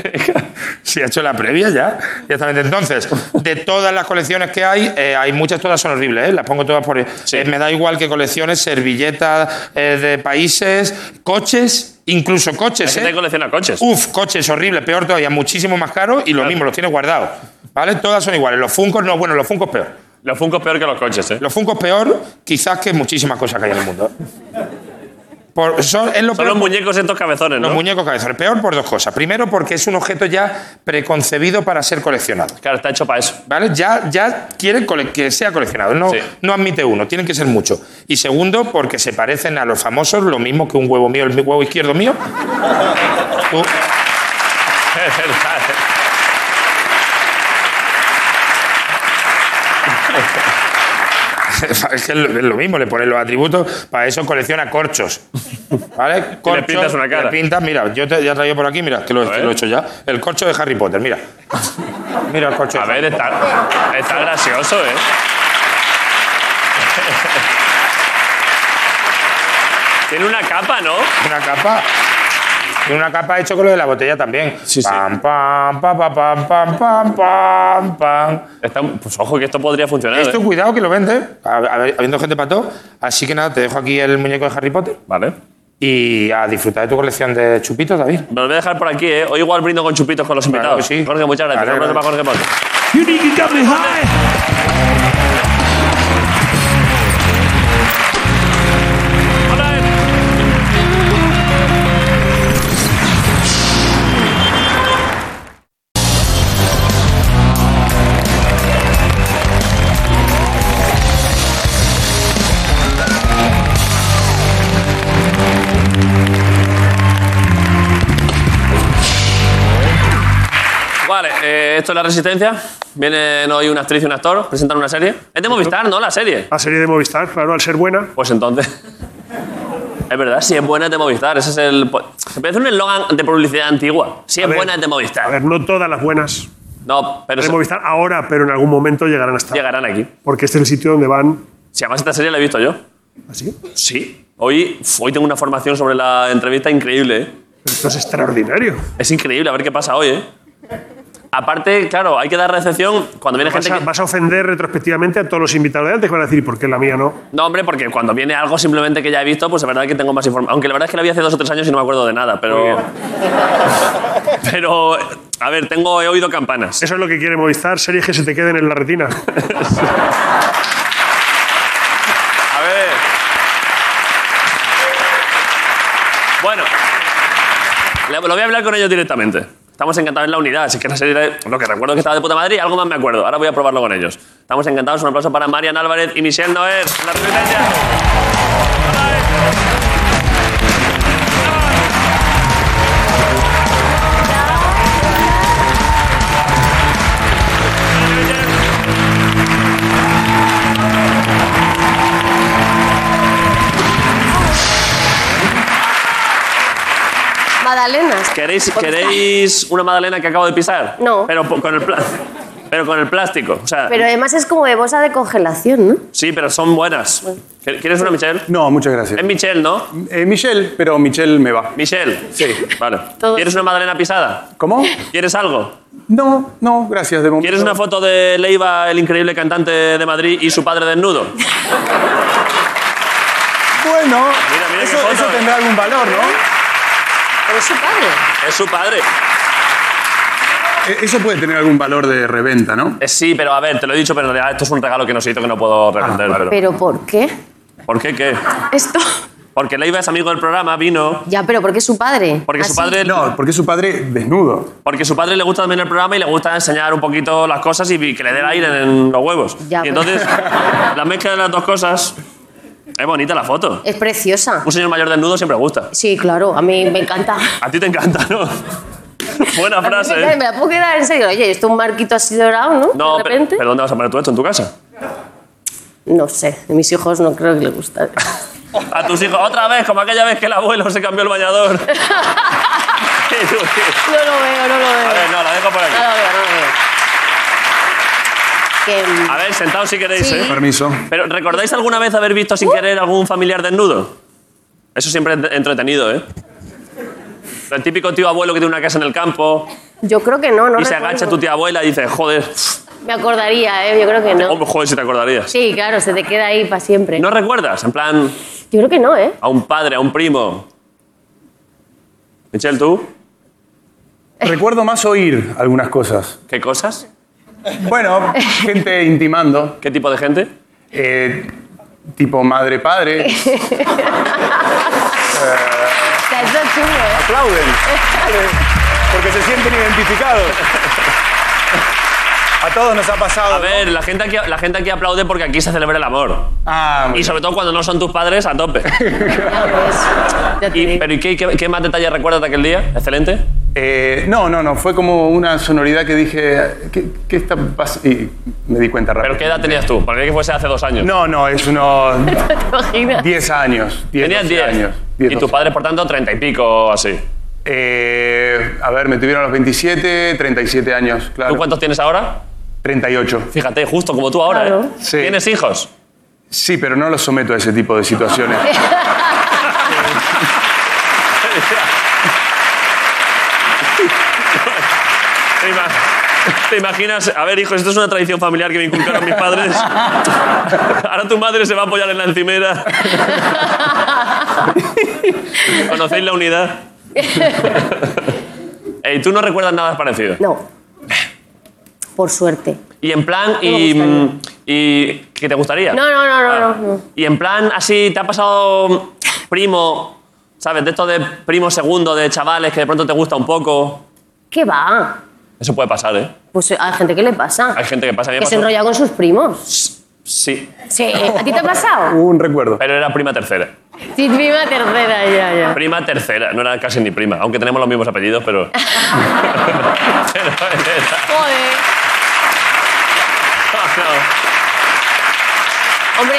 Speaker 10: si ha hecho la previa ya. Directamente. Entonces, de todas las colecciones que hay, eh, hay muchas, todas son horribles, ¿eh? las pongo todas por. Eh, me da igual que colecciones, servilletas eh, de países, coches, incluso coches.
Speaker 1: Hay gente
Speaker 10: ¿eh?
Speaker 1: que colecciona coches.
Speaker 10: Uf, coches horrible, peor todavía, muchísimo más caro y lo mismo, los tienes guardados. ¿Vale? Todas son iguales. Los Funcos no, bueno, los Funcos peor.
Speaker 1: Los Funko es peor que los coches, ¿eh?
Speaker 10: Los Funcos peor, quizás que muchísimas cosas que hay en el mundo. Por- son, es lo
Speaker 1: Son
Speaker 10: peor
Speaker 1: los muñecos estos cabezones, ¿no?
Speaker 10: los muñecos cabezones. Peor por dos cosas. Primero, porque es un objeto ya preconcebido para ser coleccionado.
Speaker 1: Claro, está hecho para eso.
Speaker 10: ¿Vale? Ya, ya quieren cole- que sea coleccionado. No,
Speaker 1: Sí.
Speaker 10: no admite uno, tienen que ser muchos. Y segundo, porque se parecen a los famosos, lo mismo que un huevo mío, el huevo izquierdo mío. Tú-
Speaker 1: Es verdad. ¿eh?
Speaker 10: es que es lo es lo mismo, le ponen los atributos. Para eso colecciona corchos. ¿Vale? Corchos,
Speaker 1: pintas una cara.
Speaker 10: le pintas, mira, yo te ya he traído por aquí, mira, te lo,
Speaker 1: A
Speaker 10: te
Speaker 1: ver.
Speaker 10: lo he hecho ya. El corcho de Harry Potter, mira. Mira el corcho. de
Speaker 1: A ver,
Speaker 10: Harry Potter.
Speaker 1: está, está gracioso, ¿eh? Tiene una capa, ¿no?
Speaker 10: Una capa. Y una capa hecho con lo de la botella también.
Speaker 1: Sí, sí.
Speaker 10: Pam, pam, pam, pam, pam, pam, pam, pam.
Speaker 1: Está- pues ojo que esto podría funcionar. ¿eh?
Speaker 10: Esto, cuidado que lo vende. A- a- Habiendo gente para todo. Así que nada, te dejo aquí el muñeco de Harry Potter.
Speaker 1: Vale.
Speaker 10: Y a disfrutar de tu colección de chupitos, David.
Speaker 1: Me lo voy a dejar por aquí, ¿eh? Hoy igual brindo con chupitos con los
Speaker 10: Claro
Speaker 1: invitados.
Speaker 10: que sí.
Speaker 1: Jorge, muchas gracias.
Speaker 10: Vale,
Speaker 1: Un abrazo para Jorge
Speaker 10: gracias.
Speaker 1: Ponte.
Speaker 6: You need to get me high.
Speaker 1: Vale, eh, esto es La Resistencia. Vienen hoy una actriz y un actor, presentan una serie. Es de Movistar, ¿no? La serie.
Speaker 6: La serie de Movistar, claro, al ser buena.
Speaker 1: Pues entonces. Es verdad, si es buena es de Movistar. Ese es el. po- Se parece un eslogan de publicidad antigua. Si
Speaker 6: A
Speaker 1: es
Speaker 6: ver,
Speaker 1: buena es de
Speaker 6: A
Speaker 1: Movistar.
Speaker 6: ver, no todas las buenas
Speaker 1: No, pero
Speaker 6: de
Speaker 1: se-
Speaker 6: Movistar ahora, pero en algún momento llegarán hasta.
Speaker 1: llegarán aquí.
Speaker 6: Porque este es el sitio donde van. ¿Ah,
Speaker 1: Si además esta serie la he visto yo.
Speaker 6: Así.
Speaker 1: Sí. Hoy, uf, hoy tengo una formación sobre la entrevista increíble, ¿eh?
Speaker 6: Esto es extraordinario.
Speaker 1: Es increíble, a ver qué pasa hoy, ¿eh? Aparte, claro, hay que dar recepción cuando viene
Speaker 6: Vas
Speaker 1: gente
Speaker 6: a,
Speaker 1: que...
Speaker 6: vas a ofender retrospectivamente a todos los invitados de antes que van a decir, ¿y por qué la mía no?
Speaker 1: No, hombre, porque cuando viene algo simplemente que ya he visto, pues la verdad es que tengo más información. Aunque la verdad es que la vi hace dos o tres años y no me acuerdo de nada, pero... pero, a ver, tengo, he oído campanas.
Speaker 6: Eso es lo que quiere Movistar, series que se te queden en la retina.
Speaker 1: A ver... Bueno, le- lo voy a hablar con ellos directamente. Estamos encantados en la unidad, así que la serie era lo que recuerdo que estaba de puta madre y algo más me acuerdo. Ahora voy a probarlo con ellos. Estamos encantados. Un aplauso para Marian Álvarez y Michelle Noer. La Resistencia.
Speaker 9: Madalenas.
Speaker 1: ¿Queréis, ¿Queréis una magdalena que acabo de pisar?
Speaker 9: No.
Speaker 1: Pero po- con el, pla- pero con el plástico. O sea,
Speaker 9: Pero además es como de bolsa de congelación, ¿no?
Speaker 1: sí, pero son buenas. ¿Qui- ¿Quieres una, Michelle?
Speaker 11: No, muchas gracias.
Speaker 1: Es Michelle, ¿no?
Speaker 11: Eh, Michelle, pero Michelle me va.
Speaker 1: Michelle. Sí. Vale.
Speaker 9: Todo-
Speaker 1: ¿Quieres una magdalena pisada?
Speaker 11: ¿Cómo?
Speaker 1: ¿Quieres algo?
Speaker 11: No, no, gracias de momento.
Speaker 1: ¿Quieres una foto de Leiva, el increíble cantante de Madrid, y su padre desnudo?
Speaker 11: Bueno,
Speaker 1: Mira, mira qué
Speaker 11: eso,
Speaker 1: foto,
Speaker 11: eso
Speaker 1: eh.
Speaker 11: tendrá algún valor, ¿no?
Speaker 9: Pero es su padre.
Speaker 1: Es su padre.
Speaker 11: Eh, Eso puede tener algún valor de reventa, ¿no?
Speaker 1: Eh, sí, pero a ver, te lo he dicho, pero en realidad esto es un regalo que nos hizo que no puedo
Speaker 9: Ah,
Speaker 1: revender. pero-
Speaker 9: ¿Pero por qué?
Speaker 1: ¿Por qué qué?
Speaker 9: Esto.
Speaker 1: Porque Leiva es amigo del programa, vino.
Speaker 9: Ya, pero ¿por qué su padre?
Speaker 1: Porque su
Speaker 9: Así.
Speaker 1: padre.
Speaker 11: No, porque es su padre desnudo.
Speaker 1: Porque su padre le gusta también el programa y le gusta enseñar un poquito las cosas y que le dé el aire en los huevos.
Speaker 9: Ya,
Speaker 1: y entonces, la mezcla de las dos cosas. Es bonita la foto.
Speaker 9: Es preciosa.
Speaker 1: Un señor mayor desnudo siempre gusta.
Speaker 9: Sí, claro, a mí me encanta.
Speaker 1: A ti te encanta, ¿no? Buena
Speaker 9: A mí me,
Speaker 1: frase,
Speaker 9: encanta,
Speaker 1: ¿eh?
Speaker 9: me la puedo quedar en serio. Oye, esto es un marquito así dorado, ¿no?
Speaker 1: No,
Speaker 9: de
Speaker 1: pe-
Speaker 9: repente.
Speaker 1: pero ¿dónde vas a poner tú esto? ¿En tu casa?
Speaker 9: No sé, a mis hijos no creo que les guste.
Speaker 1: A tus hijos, otra vez, como aquella vez que el abuelo se cambió el bañador. Y tú, tío.
Speaker 9: No lo veo, no lo veo.
Speaker 1: a ver, no, la dejo por aquí.
Speaker 9: No lo veo, no lo veo. Que, mm,
Speaker 1: A ver, sentaos si queréis,
Speaker 9: Sí. Uh.
Speaker 1: ¿eh?
Speaker 11: Permiso.
Speaker 1: Pero ¿recordáis alguna vez haber visto sin querer algún familiar desnudo? Eso siempre es entretenido, ¿eh? El típico tío abuelo que tiene una casa en el campo
Speaker 9: Yo creo que no, no
Speaker 1: y se
Speaker 9: recuerdo.
Speaker 1: agacha tu tía abuela y dice, joder,
Speaker 9: Me acordaría, ¿eh? Yo creo que no.
Speaker 1: hombre, joder, si te acordarías.
Speaker 9: Sí, claro, se te queda ahí para siempre.
Speaker 1: ¿No recuerdas? En plan,
Speaker 9: Yo creo que no, ¿eh?
Speaker 1: a un padre, a un primo. Michelle, ¿tú?
Speaker 11: Recuerdo más oír algunas cosas.
Speaker 1: ¿Qué cosas?
Speaker 11: Bueno, gente intimando.
Speaker 1: ¿Qué tipo de gente?
Speaker 11: eh, tipo madre-padre.
Speaker 9: Está eso es chulo, ¿eh?
Speaker 11: Aplauden. Porque se sienten identificados. A todos nos ha pasado.
Speaker 1: A ver, la gente aquí, la gente aquí aplaude porque aquí se celebra el amor.
Speaker 11: Ah, muy
Speaker 1: Y sobre todo cuando no son tus padres, a tope.
Speaker 9: Ya te
Speaker 1: Y-
Speaker 9: digo.
Speaker 1: ¿Pero y qué, qué- qué más detalles recuerdas de aquel día? ¿Excelente?
Speaker 11: Eh, no, no, no. Fue como una sonoridad que dije, ¿qué, qué está pasando? Y me di cuenta rápido.
Speaker 1: ¿Pero qué edad tenías tú? Porque que fuese hace dos años.
Speaker 11: No, no, es unos
Speaker 9: ¿Te imaginas?
Speaker 11: 10 años. 10,
Speaker 1: Tenías
Speaker 11: 12
Speaker 1: 10.
Speaker 11: años.
Speaker 1: y tus
Speaker 11: 12.
Speaker 1: padres, por tanto, treinta y pico o así.
Speaker 11: Eh, a ver, me tuvieron a los 27, 37 años, claro.
Speaker 1: ¿Tú cuántos tienes ahora?
Speaker 11: 38.
Speaker 1: Fíjate, justo como tú ahora,
Speaker 9: Claro.
Speaker 1: ¿eh?
Speaker 11: Sí.
Speaker 1: ¿Tienes hijos?
Speaker 11: Sí, pero no los someto a ese tipo de situaciones.
Speaker 1: ¿Te, ima- te imaginas? A ver, hijos, esto es una tradición familiar que me inculcaron mis padres. Ahora tu madre se va a apoyar en la encimera. ¿Conocéis la unidad? Ey, tú no recuerdas nada parecido.
Speaker 9: No. Por suerte.
Speaker 1: Y en plan,
Speaker 9: me
Speaker 1: y,
Speaker 9: gustaría.
Speaker 1: mm, y ¿qué te gustaría?
Speaker 9: No, no, no, no,
Speaker 1: Ah.
Speaker 9: no, no.
Speaker 1: Y en plan, así, ¿te ha pasado primo, sabes, de esto de primo segundo, de chavales que de pronto te gusta un poco?
Speaker 9: ¿Qué va?
Speaker 1: Eso puede pasar, ¿eh?
Speaker 9: Pues hay gente que le pasa.
Speaker 1: Hay gente que pasa. A mí me
Speaker 9: Que se
Speaker 1: pasó-
Speaker 9: enrolla con sus primos. Uh.
Speaker 1: Sí,
Speaker 9: Sí. ¿A ti te ha pasado?
Speaker 11: Un recuerdo.
Speaker 1: pero era prima tercera.
Speaker 9: Sí, prima tercera, ya, ya.
Speaker 1: Prima tercera, no era casi ni prima, aunque tenemos los mismos apellidos, pero. Pero era-
Speaker 9: Joder.
Speaker 1: no.
Speaker 9: Hombre,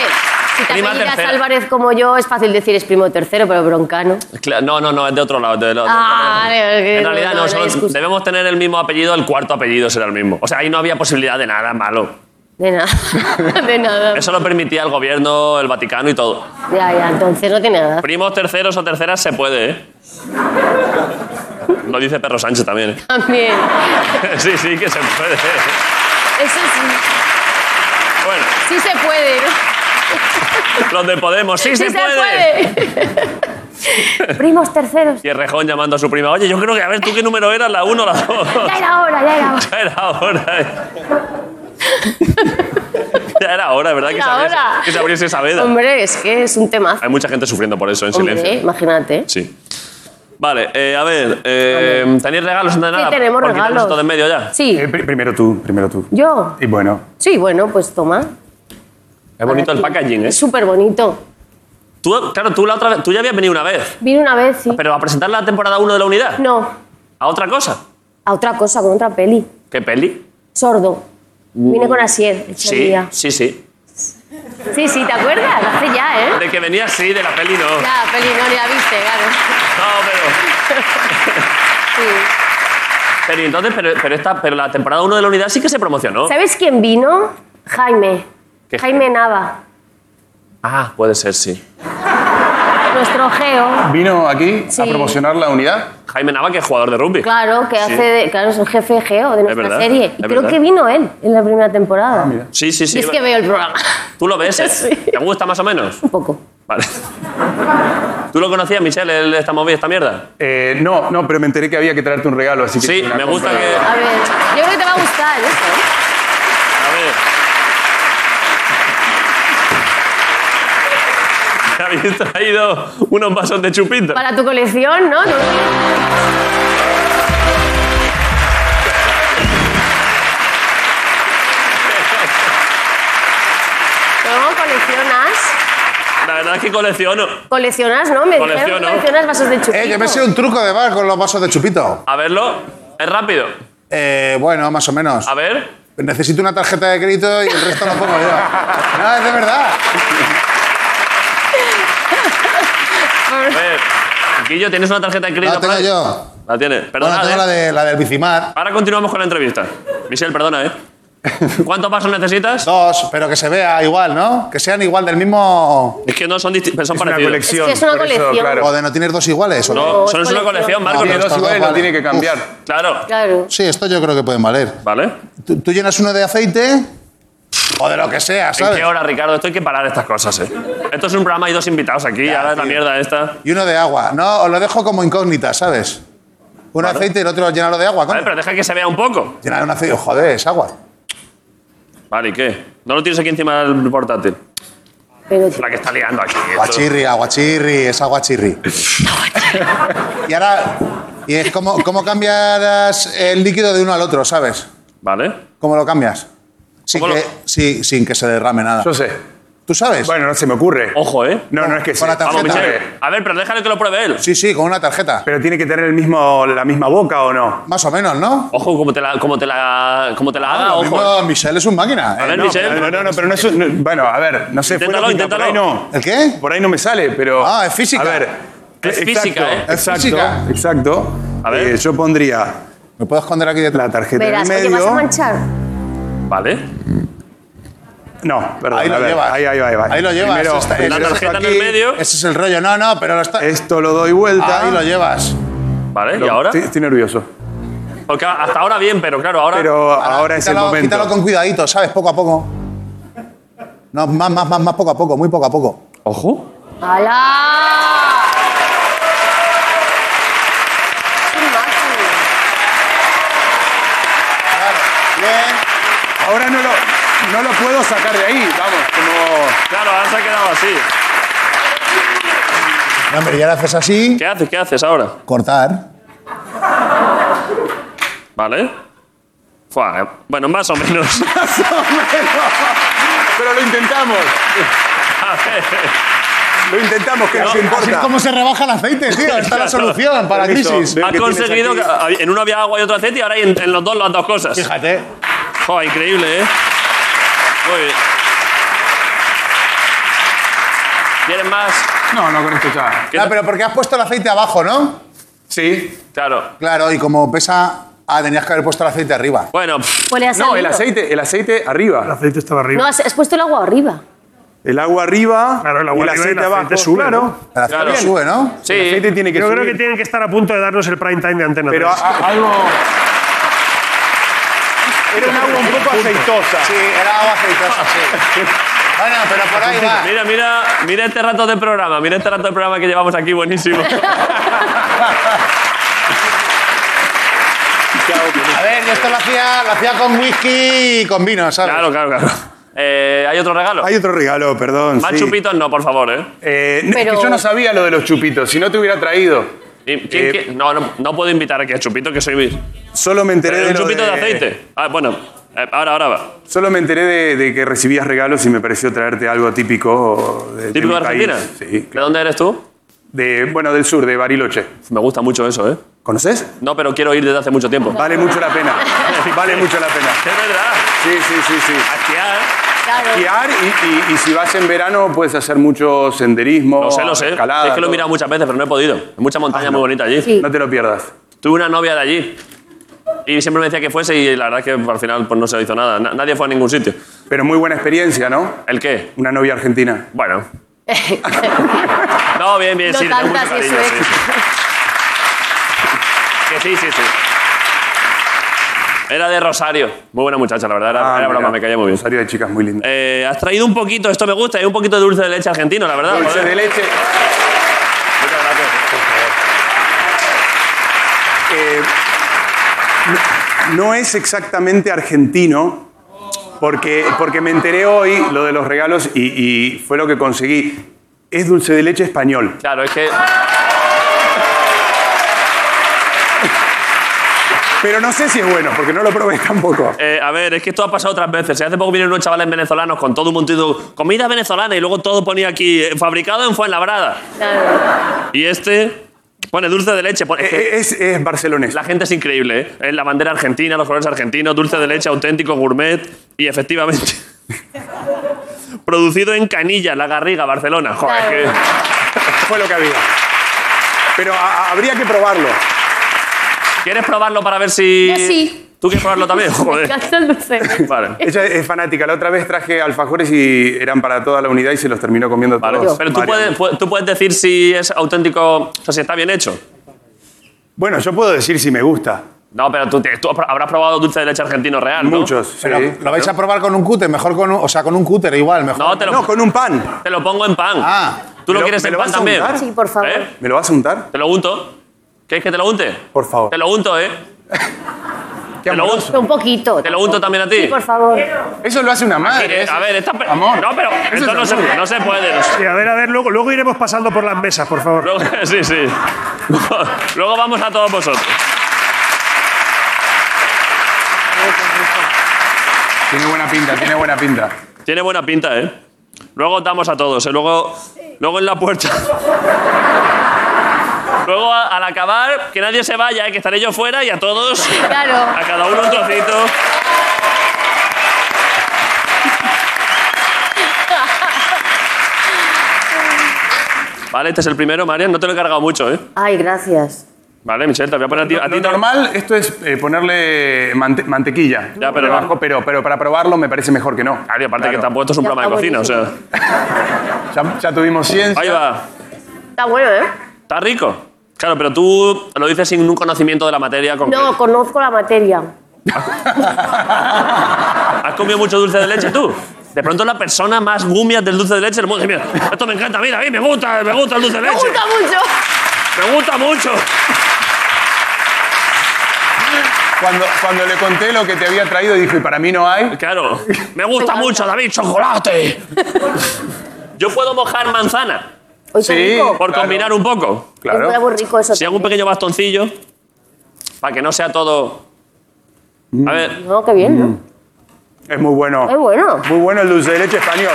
Speaker 9: si te
Speaker 1: Prima
Speaker 9: apellidas
Speaker 1: tercera.
Speaker 9: Álvarez como yo, es fácil decir es primo tercero, pero broncano.
Speaker 1: Cla- No, no, no, es de otro lado. de lo- de
Speaker 9: Ah,
Speaker 1: otro lado.
Speaker 9: vale, vale,
Speaker 1: en realidad no,
Speaker 9: no, no, no hay
Speaker 1: solo
Speaker 9: excusa.
Speaker 1: debemos tener el mismo apellido, el cuarto apellido será el mismo. O sea, ahí no había posibilidad de nada malo.
Speaker 9: De nada. De nada.
Speaker 1: Eso lo permitía el gobierno, el Vaticano y todo.
Speaker 9: Ya, ya, entonces no tiene nada.
Speaker 1: Primos terceros o terceras se puede, ¿eh? Lo dice Perro Sánchez también. ¿eh?
Speaker 9: También.
Speaker 1: Sí, sí, que se puede.
Speaker 9: Eso sí,
Speaker 1: Bueno,
Speaker 9: sí se puede. ¿no?
Speaker 1: los de Podemos, sí, se,
Speaker 9: puede. Primos terceros.
Speaker 1: Y el Rejón llamando a su prima, oye, yo creo que, a ver, ¿tú qué número eras? ¿La 1 o la 2?
Speaker 9: Ya era hora, ya era hora.
Speaker 1: Ya era hora. eh. ya era hora, ¿verdad? Que
Speaker 9: Era
Speaker 1: se abriese-
Speaker 9: hora.
Speaker 1: Que se abriese esa veda.
Speaker 9: Hombre, es que es un tema.
Speaker 1: Hay mucha gente sufriendo por eso, en
Speaker 9: Hombre,
Speaker 1: silencio.
Speaker 9: imagínate.
Speaker 1: Sí. Vale, eh, a ver, eh, ¿tenéis regalos? No hay nada.
Speaker 9: Sí, tenemos
Speaker 1: Por quitarnos
Speaker 9: regalos.
Speaker 1: esto de en medio ya.
Speaker 9: Sí,
Speaker 11: Eh, pri- primero tú, primero tú.
Speaker 9: yo.
Speaker 11: Y bueno,
Speaker 9: Sí, bueno, pues toma.
Speaker 1: Es bonito el packaging, ¿eh?
Speaker 9: Es súper bonito.
Speaker 1: Tú, claro, tú, la otra, vez- tú ya habías venido una vez,
Speaker 9: Vine una vez, sí.
Speaker 1: pero a presentar la temporada 1 de la unidad.
Speaker 9: No,
Speaker 1: ¿A otra cosa?
Speaker 9: a otra cosa, con otra peli.
Speaker 1: ¿Qué peli?
Speaker 9: Sordo. Vine con Asier ese
Speaker 1: Sí,
Speaker 9: día.
Speaker 1: sí, sí.
Speaker 9: Sí, sí, ¿te acuerdas? Hace ya, ¿eh?
Speaker 1: De que venía sí, de la peli no. No,
Speaker 9: Ya, peli no ni la viste, claro.
Speaker 1: pero...
Speaker 9: Sí.
Speaker 1: Pero y entonces, pero, pero esta, pero la temporada 1 de la unidad sí que se promocionó.
Speaker 9: ¿Sabes quién vino? Jaime.
Speaker 1: ¿Qué?
Speaker 9: Jaime Nava,
Speaker 1: Ah, puede ser, sí.
Speaker 9: nuestro geo.
Speaker 11: vino aquí a
Speaker 9: Sí.
Speaker 11: promocionar la unidad.
Speaker 1: Jaime Nava, que es jugador de rugby.
Speaker 9: Claro, que hace de- claro, es el jefe geo de nuestra
Speaker 1: verdad,
Speaker 9: serie.
Speaker 1: es
Speaker 9: Y creo
Speaker 1: verdad.
Speaker 9: que vino él en la primera temporada.
Speaker 1: Sí, sí, sí.
Speaker 9: y es que veo el programa.
Speaker 1: Tú lo ves, ¿eh?
Speaker 9: Sí.
Speaker 1: ¿Te gusta más o menos?
Speaker 9: Un poco.
Speaker 1: Vale. ¿Tú lo conocías, Michelle, el- esta movida, esta mierda?
Speaker 11: Eh, no, no, pero me enteré que había que traerte un regalo, así que...
Speaker 1: Sí,
Speaker 11: una
Speaker 1: me gusta
Speaker 11: compra.
Speaker 1: que...
Speaker 9: A ver, yo creo que te va a gustar esto. ¿eh?
Speaker 1: A ver. Te habéis traído unos vasos de chupito.
Speaker 9: Para tu colección, ¿no? No- No, coleccionas.
Speaker 1: La verdad es que colecciono.
Speaker 9: Coleccionas, ¿no? Me dijeron que
Speaker 1: Colecciono.
Speaker 9: coleccionas vasos de chupito.
Speaker 3: Eh, yo me sé un truco de bar con los vasos de chupito.
Speaker 1: A verlo. Es rápido.
Speaker 3: Eh, bueno, más o menos.
Speaker 11: Ah.
Speaker 1: A ver.
Speaker 3: Necesito una tarjeta de crédito y el resto lo pongo yo. No, es de verdad.
Speaker 1: A ver. Guillo, ¿tienes una tarjeta de crédito?
Speaker 3: La tengo
Speaker 1: para-
Speaker 3: yo.
Speaker 1: La tienes. Perdona.
Speaker 3: Bueno, tengo
Speaker 1: ¿eh?
Speaker 3: la, de, la del bicimar.
Speaker 1: Ahora continuamos con la entrevista. Michelle, perdona, ¿eh? ¿Cuántos vasos necesitas?
Speaker 3: Dos, pero que se vea igual, ¿no? Que sean igual del mismo.
Speaker 1: Es que no son, disti- son parecidos.
Speaker 2: colección, Es que es una por eso, colección. claro.
Speaker 3: Joder, no tienes dos iguales. ¿o
Speaker 1: No,
Speaker 3: qué?
Speaker 1: solo es una colección, Marco.
Speaker 3: Tiene dos iguales, lo tiene que cambiar.
Speaker 1: Uf, claro.
Speaker 2: Claro.
Speaker 3: Sí, esto yo creo que pueden valer.
Speaker 1: ¿Vale?
Speaker 3: Tú, tú llenas uno de aceite o de lo que sea,
Speaker 1: ¿En
Speaker 3: ¿sabes?
Speaker 1: qué hora, Ricardo? Esto hay que parar estas cosas, ¿eh? Esto es un programa y dos invitados aquí. ahora es la mierda esta.
Speaker 3: Y uno de agua. No, os lo dejo como incógnita, ¿sabes? Uno de aceite y el otro llenarlo de agua. coño.
Speaker 1: Vale, pero deja que se vea un poco.
Speaker 3: Llenar un aceite, joder, es agua.
Speaker 1: Vale, ¿y qué? No lo tienes aquí encima del portátil.
Speaker 2: Pero
Speaker 1: La que está liando aquí. esto.
Speaker 3: Guachirri, aguachirri, es aguachirri. y ahora, y es como, cómo cambias el líquido de uno al otro, ¿sabes?
Speaker 1: Vale.
Speaker 3: ¿Cómo lo cambias? Sin,
Speaker 1: ¿Cómo lo-
Speaker 3: que, sí, sin que se derrame nada.
Speaker 9: Yo sé.
Speaker 3: ¿Tú sabes?
Speaker 9: Bueno, no se me ocurre.
Speaker 1: Ojo, ¿eh?
Speaker 9: No, no es que
Speaker 3: Con
Speaker 9: sé.
Speaker 3: la tarjeta.
Speaker 1: Vamos, Michelle. A ver, pero déjale que lo pruebe él.
Speaker 3: Sí, sí, con una tarjeta.
Speaker 9: Pero tiene que tener el mismo, la misma boca o no.
Speaker 3: Más o menos, ¿no?
Speaker 1: Ojo, como te la, como te la, como te
Speaker 9: Ah,
Speaker 1: la haga,
Speaker 3: Lo
Speaker 1: Ah, ojo.
Speaker 3: mismo, Michelle es un máquina.
Speaker 1: A
Speaker 3: ¿eh?
Speaker 1: ver,
Speaker 9: No,
Speaker 1: Michelle.
Speaker 9: no, no, no, pero no es. un- no, bueno, a ver, no sé.
Speaker 1: Inténtalo,
Speaker 9: fuera física, Por ahí
Speaker 1: inténtalo.
Speaker 9: no.
Speaker 3: ¿El qué?
Speaker 9: Por ahí no me sale, pero.
Speaker 3: Ah, es física.
Speaker 9: A ver.
Speaker 1: Es física, ¿eh?
Speaker 9: Exacto,
Speaker 3: Es física.
Speaker 9: Exacto.
Speaker 1: A ver.
Speaker 9: Eh, yo pondría
Speaker 3: ¿Me puedo esconder aquí detrás?
Speaker 9: la tarjeta
Speaker 2: Verás,
Speaker 9: en el
Speaker 2: oye, vas a
Speaker 9: medio.
Speaker 2: manchar.
Speaker 1: Vale.
Speaker 9: No, perdón.
Speaker 3: Ahí
Speaker 9: a
Speaker 3: lo
Speaker 9: ver,
Speaker 3: llevas.
Speaker 9: Ahí, ahí, ahí,
Speaker 3: Ahí lo llevas.
Speaker 9: Primero,
Speaker 3: esta-
Speaker 1: la
Speaker 3: esto
Speaker 1: tarjeta en
Speaker 3: aquí,
Speaker 1: el medio.
Speaker 3: Ese es el rollo. No, no, pero lo está...
Speaker 9: Esto lo doy vuelta.
Speaker 3: Ah, Ahí lo llevas.
Speaker 1: Vale,
Speaker 9: Lo-
Speaker 1: ¿y ahora?
Speaker 9: Estoy, estoy nervioso.
Speaker 1: Porque hasta ahora bien, pero claro, ahora.
Speaker 9: Pero ahora, es el
Speaker 3: Ah, quítalo-
Speaker 9: momento.
Speaker 3: Quítalo con cuidadito, ¿sabes? Poco a poco. No, más, más, más, más, poco a poco, muy poco a poco.
Speaker 12: Ojo.
Speaker 2: ¡Hala!
Speaker 3: Claro. Bien.
Speaker 9: Ahora no lo, no lo puedo sacar de ahí. Vamos, como.
Speaker 1: Claro, ahora se ha quedado así.
Speaker 3: No, hombre, ya lo haces así.
Speaker 1: ¿Qué haces? ¿Qué haces ahora?
Speaker 3: Cortar.
Speaker 1: ¿Vale? Fua, eh, bueno, más o menos.
Speaker 9: Pero lo intentamos.
Speaker 1: A ver.
Speaker 9: Lo intentamos, que nos
Speaker 3: Así es
Speaker 9: importa.
Speaker 3: como se rebaja el aceite, tío. Esta es la solución para la
Speaker 9: Permiso.
Speaker 3: crisis.
Speaker 9: Veo
Speaker 1: Ha
Speaker 9: que tienes
Speaker 1: conseguido que
Speaker 9: aquí-
Speaker 1: ah, en uno había agua y otro aceite y ahora hay en, en los dos las dos cosas.
Speaker 3: Fíjate.
Speaker 1: Joder, increíble, ¿eh? Muy bien. ¿Quieren más?
Speaker 9: No, no con esto ya.
Speaker 3: Ah, pero porque has puesto el aceite abajo, ¿no?
Speaker 9: Sí.
Speaker 1: Claro.
Speaker 3: Claro, y como pesa. Ah, tenías que haber puesto el aceite arriba.
Speaker 1: Bueno, pff,
Speaker 2: Pues le has
Speaker 9: No, el
Speaker 2: salido.
Speaker 9: aceite, el aceite
Speaker 10: El
Speaker 9: arriba.
Speaker 10: aceite estaba arriba.
Speaker 2: No, has, has puesto el agua arriba.
Speaker 9: El agua arriba
Speaker 10: Claro, el agua
Speaker 9: y el
Speaker 10: arriba y el
Speaker 9: aceite
Speaker 10: aceite
Speaker 9: abajo.
Speaker 10: sube,
Speaker 9: claro.
Speaker 10: ¿no?
Speaker 3: El aceite
Speaker 1: Claro.
Speaker 3: sube, ¿no?
Speaker 9: El
Speaker 1: sí.
Speaker 9: aceite tiene que
Speaker 10: Yo creo
Speaker 9: subir.
Speaker 10: que tienen que estar a punto de darnos el prime time de Antena
Speaker 9: Pero a-
Speaker 10: 3.
Speaker 9: a- algo... Era un agua un poco aceitosa.
Speaker 3: Sí, era agua aceitosa, sí. Bueno, pero por ahí va.
Speaker 1: Mira, mira, mira este rato de programa, mira este rato de programa que llevamos aquí, buenísimo.
Speaker 3: A ver, yo esto lo hacía, lo hacía con whisky y con vino, ¿sabes?
Speaker 1: Claro, claro, claro. Eh, ¿Hay otro regalo?
Speaker 9: Hay otro regalo, perdón.
Speaker 1: Más
Speaker 9: sí.
Speaker 1: chupitos no, por favor, ¿eh?
Speaker 9: Eh, no, es
Speaker 2: Pero-
Speaker 9: que yo no sabía lo de los chupitos, si no te hubiera traído.
Speaker 1: ¿Y quién-
Speaker 9: Eh,
Speaker 1: quién- No, no, no puedo invitar aquí a Chupito, que soy...
Speaker 9: Solo me enteré
Speaker 1: Pero
Speaker 9: de
Speaker 1: un
Speaker 9: lo
Speaker 1: chupito de, aceite. Ah, bueno, eh, ahora, ahora va.
Speaker 9: Solo me enteré de, de que recibías regalos y me pareció traerte algo típico de, de
Speaker 1: ¿Típico de
Speaker 9: mi
Speaker 1: Argentina?
Speaker 9: país. Sí.
Speaker 1: ¿De dónde eres tú?
Speaker 9: De, bueno, del sur, de Bariloche.
Speaker 1: Me gusta mucho eso, ¿eh?
Speaker 9: ¿Conoces?
Speaker 1: No, pero quiero ir desde hace mucho tiempo.
Speaker 9: Vale mucho la pena. Vale mucho la pena.
Speaker 1: Es verdad.
Speaker 9: Sí, sí, sí, sí.
Speaker 1: A esquiar.
Speaker 2: Claro.
Speaker 9: Esquiar y, y- y si vas en verano puedes hacer mucho senderismo.
Speaker 1: Lo sé, lo sé.
Speaker 9: escalada,
Speaker 1: es que lo he
Speaker 9: todo.
Speaker 1: mirado muchas veces, pero no he podido. Hay mucha montaña muy bonita allí.
Speaker 2: Sí.
Speaker 9: Ah, No te lo pierdas.
Speaker 1: Tuve una novia de allí. Y siempre me decía que fuese y la verdad es que al final pues, no se hizo nada. Na- nadie fue a ningún sitio.
Speaker 9: Pero muy buena experiencia, ¿no?
Speaker 1: ¿El qué?
Speaker 9: Una novia argentina.
Speaker 1: Bueno. No, bien, bien,
Speaker 2: No
Speaker 1: sí. le tengo mucho
Speaker 2: tantas,
Speaker 1: cariño,
Speaker 2: eso
Speaker 1: sí,
Speaker 2: es.
Speaker 1: sí. Que sí, sí, sí. Era de Rosario. Muy buena muchacha, la verdad. Era,
Speaker 9: Ah,
Speaker 1: era broma,
Speaker 9: mira.
Speaker 1: me caía muy bien.
Speaker 9: Rosario de chicas muy linda.
Speaker 1: Eh, has traído un poquito, esto me gusta, hay un poquito de dulce de leche argentino, la verdad.
Speaker 9: Dulce
Speaker 1: joder.
Speaker 9: de leche.
Speaker 1: Muchas gracias.
Speaker 9: eh, no, no es exactamente argentino, porque, porque me enteré hoy lo de los regalos y, y fue lo que conseguí. Es dulce de leche español.
Speaker 1: Claro, es que.
Speaker 9: Pero no sé si es bueno, porque no lo probé tampoco.
Speaker 1: Eh, a ver, es que esto ha pasado otras veces. Hace poco vinieron unos chavales venezolanos con todo un montito comida venezolana y luego todo ponía aquí eh, fabricado en Fuenlabrada. Y este pone dulce de leche. pone- es que
Speaker 9: Eh, Es, es barcelonés.
Speaker 1: la gente es increíble, ¿eh? Es La bandera argentina, los colores argentinos, dulce de leche auténtico, gourmet y efectivamente. Producido en Canilla, La Garriga, Barcelona. Joder, es que-
Speaker 9: Fue lo que había. Pero a- a- Ah, habría que probarlo.
Speaker 1: ¿Quieres probarlo para ver si.?
Speaker 5: Yo sí.
Speaker 1: ¿Tú quieres probarlo también? Joder. Vale.
Speaker 11: Ella es fanática. La otra vez traje alfajores y eran para toda la unidad y se los terminó comiendo
Speaker 1: Vale.
Speaker 11: todos.
Speaker 1: Pero tú
Speaker 11: Mario.
Speaker 1: puedes, pu- tú puedes decir si es auténtico, o sea, si está bien hecho.
Speaker 11: Bueno, yo puedo decir si me gusta.
Speaker 1: No, pero tú, te- tú habrás probado dulce de leche argentino real, ¿no?
Speaker 11: Muchos. sí.
Speaker 3: Pero, ¿Lo vais a probar con un cúter? Mejor con un, o sea, con un cúter igual, mejor.
Speaker 1: No, te lo,
Speaker 11: No, con un pan.
Speaker 1: te lo pongo en pan.
Speaker 3: Ah,
Speaker 1: ¿Tú lo
Speaker 11: ¿me
Speaker 1: quieres
Speaker 11: me
Speaker 1: en
Speaker 11: lo
Speaker 1: pan
Speaker 11: vas a
Speaker 1: también?
Speaker 11: untar?
Speaker 9: Sí, por favor.
Speaker 1: ¿Eh?
Speaker 11: ¿Me lo vas a untar?
Speaker 1: Te lo unto. ¿Quieres que te lo unte?
Speaker 11: Por favor.
Speaker 1: Te lo unto, ¿eh? Te lo unto.
Speaker 9: Un poquito.
Speaker 1: Te lo unto también a ti.
Speaker 9: Sí, por favor.
Speaker 11: Eso lo hace una madre.
Speaker 1: Eh, a ver, esta. pe-
Speaker 11: Amor.
Speaker 1: No, pero
Speaker 11: Eso
Speaker 1: esto
Speaker 11: es
Speaker 1: no se,
Speaker 11: amor.
Speaker 1: no se puede. no se-
Speaker 6: Sí, a ver, a ver, luego, luego iremos pasando por las
Speaker 11: Ah,
Speaker 6: mesas, por favor.
Speaker 1: Luego, sí, sí. Luego vamos a todos vosotros.
Speaker 11: Tiene buena pinta, tiene buena pinta.
Speaker 1: Tiene buena pinta, ¿eh? Luego damos a todos, ¿eh? Luego, luego en la puerta. Luego, a- al acabar, que nadie se vaya, ¿eh? que estaré yo fuera y a todos,
Speaker 5: Claro.
Speaker 1: a cada uno un trocito. Vale, este es el primero, Marian. No te lo he cargado mucho, ¿eh?
Speaker 9: Ay, gracias.
Speaker 1: Vale, Michelle, te voy a poner a ti. a
Speaker 11: Lo
Speaker 1: ti te-
Speaker 11: normal, esto es eh, ponerle mante- mantequilla.
Speaker 1: Ya, pero
Speaker 11: debajo,
Speaker 1: no.
Speaker 11: pero, pero para probarlo me parece mejor que no.
Speaker 1: Ari, Ah, aparte
Speaker 11: Claro.
Speaker 1: que te han puesto es un
Speaker 9: Ya
Speaker 1: programa de
Speaker 9: está
Speaker 1: cocina, o sea.
Speaker 11: Ya, ya tuvimos ciencia.
Speaker 1: Ahí va.
Speaker 9: Está bueno, ¿eh?
Speaker 1: Está rico. Claro, pero tú lo dices sin un conocimiento de la materia concreta.
Speaker 9: No, conozco la materia.
Speaker 1: ¿Has comido mucho dulce de leche tú? De pronto la persona más gumias del dulce de leche del mundo. Mira, esto me encanta, mira, a mí me gusta, me gusta el dulce de
Speaker 9: Me
Speaker 1: leche.
Speaker 9: gusta mucho.
Speaker 1: Me gusta mucho.
Speaker 11: Cuando, cuando le conté lo que te había traído, dijo, y para mí no hay.
Speaker 1: Claro, me gusta mucho, David, chocolate. Yo puedo mojar manzana
Speaker 9: Hoy qué
Speaker 11: Sí.
Speaker 9: rico.
Speaker 1: por
Speaker 11: Claro.
Speaker 1: combinar un poco.
Speaker 11: Claro.
Speaker 9: Es muy rico eso.
Speaker 1: Si hago un
Speaker 9: también.
Speaker 1: pequeño bastoncillo, para que no sea todo. A ver,
Speaker 9: No, qué bien, ¿no?
Speaker 11: Es muy bueno.
Speaker 9: Es bueno.
Speaker 11: Muy bueno el dulce de leche español.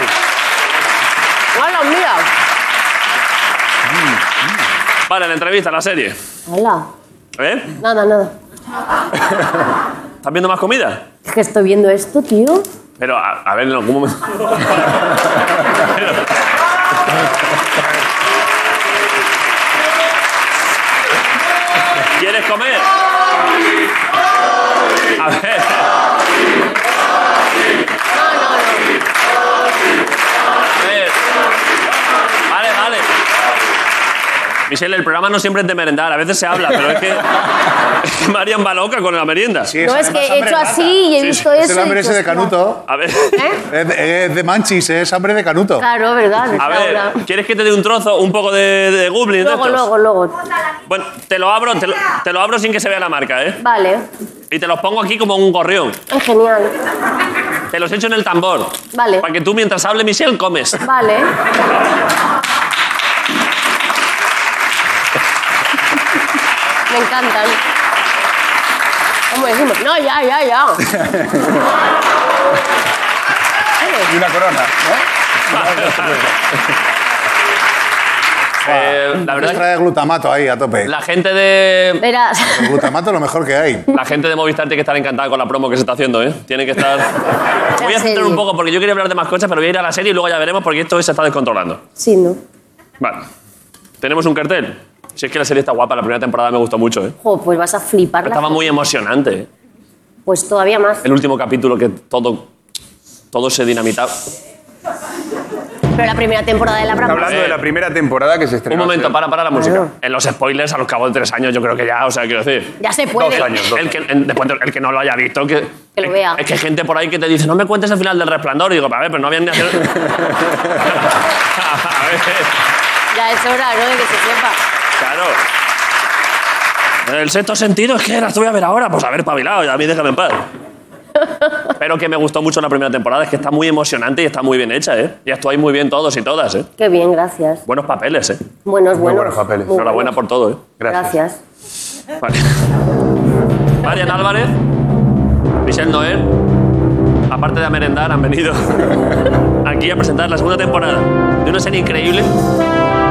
Speaker 9: Hola, mira.
Speaker 1: vale, la entrevista, la serie.
Speaker 9: Hola.
Speaker 1: ¿Eh?
Speaker 9: Nada, nada.
Speaker 1: ¿Estás viendo más comida?
Speaker 9: Es que estoy viendo esto, tío.
Speaker 1: Pero, a, a ver, en algún momento. Pero- ¿Quieres comer? A ver. A ver. Vale, vale. Michelle, el programa no siempre es de merendar, a veces se habla, pero es que, es que Marian va loca con la merienda.
Speaker 3: Sí,
Speaker 9: No,
Speaker 3: esa
Speaker 9: es que
Speaker 3: además
Speaker 9: he
Speaker 3: hambre
Speaker 9: hecho
Speaker 3: mata.
Speaker 9: así y he
Speaker 1: Sí,
Speaker 9: visto
Speaker 3: Es
Speaker 9: eso.
Speaker 3: el
Speaker 9: y
Speaker 3: hambre
Speaker 9: digo,
Speaker 3: ese de
Speaker 9: hostia.
Speaker 3: canuto.
Speaker 1: A ver.
Speaker 3: Es, es de manchis, eh, es hambre de canuto.
Speaker 9: Claro, ¿verdad?
Speaker 1: A
Speaker 9: Ahora.
Speaker 1: ver, ¿quieres que te dé un trozo, un poco de, de goblin de
Speaker 9: Luego,
Speaker 1: estos?
Speaker 9: luego, luego.
Speaker 1: Bueno, te lo abro, te lo, te lo abro sin que se vea la marca, ¿eh?
Speaker 9: Vale.
Speaker 1: Y te los pongo aquí como un gorrión.
Speaker 9: Es genial.
Speaker 1: Te los echo en el tambor.
Speaker 9: Vale.
Speaker 1: Para que tú mientras hable Michelle comes.
Speaker 9: Vale. Me encantan. ¿Cómo decimos? No, ya, ya, ya.
Speaker 11: Y una corona. ¿eh?
Speaker 1: Eh, la verdad es
Speaker 3: Nos
Speaker 1: que
Speaker 3: trae glutamato ahí a tope.
Speaker 1: la gente de
Speaker 9: Verás.
Speaker 3: El glutamato es lo mejor que hay.
Speaker 1: la gente de Movistar tiene que estar encantada con la promo que se está haciendo, ¿eh? Tiene que estar. Voy a centrar un
Speaker 9: serie.
Speaker 1: poco porque yo quería hablar de más cosas, pero voy a ir a la serie y luego ya veremos porque esto se está descontrolando.
Speaker 9: Sí, ¿no?
Speaker 1: Vale. Tenemos un cartel. Si es que la serie está guapa, la primera temporada me gustó mucho, ¿eh?
Speaker 9: Jo, pues vas a flipar. la-
Speaker 1: Estaba muy emocionante. ¿eh?
Speaker 9: Pues todavía más.
Speaker 1: El último capítulo que todo todo se dinamitaba.
Speaker 9: Pero la primera temporada de la
Speaker 11: Está
Speaker 9: Bravo.
Speaker 11: hablando de la primera temporada que se estrenó. ¿eh?
Speaker 1: Un momento,
Speaker 11: hace
Speaker 1: para, para la música.
Speaker 9: Claro.
Speaker 1: En los spoilers, a los cabos de tres años, yo creo que ya, o sea, quiero decir.
Speaker 9: Ya se puede.
Speaker 11: Dos años, dos.
Speaker 1: El que, en- después, el que no lo haya visto, que,
Speaker 9: Que lo vea.
Speaker 1: Es que hay gente por ahí que te dice, no me cuentes el final del resplandor. Y digo, a ver, pero no habían ni hacer. a ver,
Speaker 9: Ya es hora, ¿no? De que se sepa.
Speaker 1: claro. El sexto sentido es que la voy a ver ahora. Pues a ver, pabilado, ya a mí déjame en paz. Pero que me gustó mucho la primera temporada, es que está muy emocionante y está muy bien hecha, ¿eh? Y actuáis muy bien todos y todas, ¿eh?
Speaker 9: Qué bien, gracias.
Speaker 1: Buenos papeles, ¿eh?
Speaker 9: Buenos, buenos.
Speaker 11: Muy buenos papeles.
Speaker 9: Muy
Speaker 1: Enhorabuena por todo, ¿eh?
Speaker 9: Gracias.
Speaker 1: Vale. Marian Álvarez, Michelle Noel, aparte de a merendar, han venido aquí a presentar la segunda temporada de una serie increíble.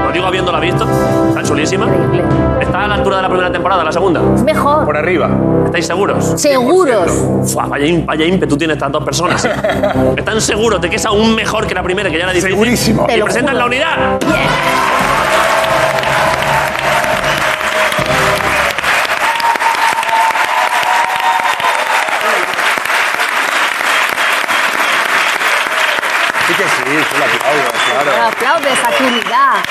Speaker 1: Lo digo habiéndola visto, está chulísima.
Speaker 9: Increíble.
Speaker 1: Está a la altura de la primera temporada, la segunda.
Speaker 9: Es
Speaker 11: poco.
Speaker 9: mejor.
Speaker 11: Por arriba.
Speaker 1: ¿Estáis seguros?
Speaker 9: Seguros.
Speaker 1: Fua, vaya, im- vaya ímpetu tiene estas dos personas. ¿eh? Están seguros de que es aún mejor que la primera, que ya era difícil.
Speaker 11: Segurísimo.
Speaker 1: Y
Speaker 9: Te lo
Speaker 1: presentan
Speaker 9: juro.
Speaker 1: la unidad.
Speaker 2: Ah.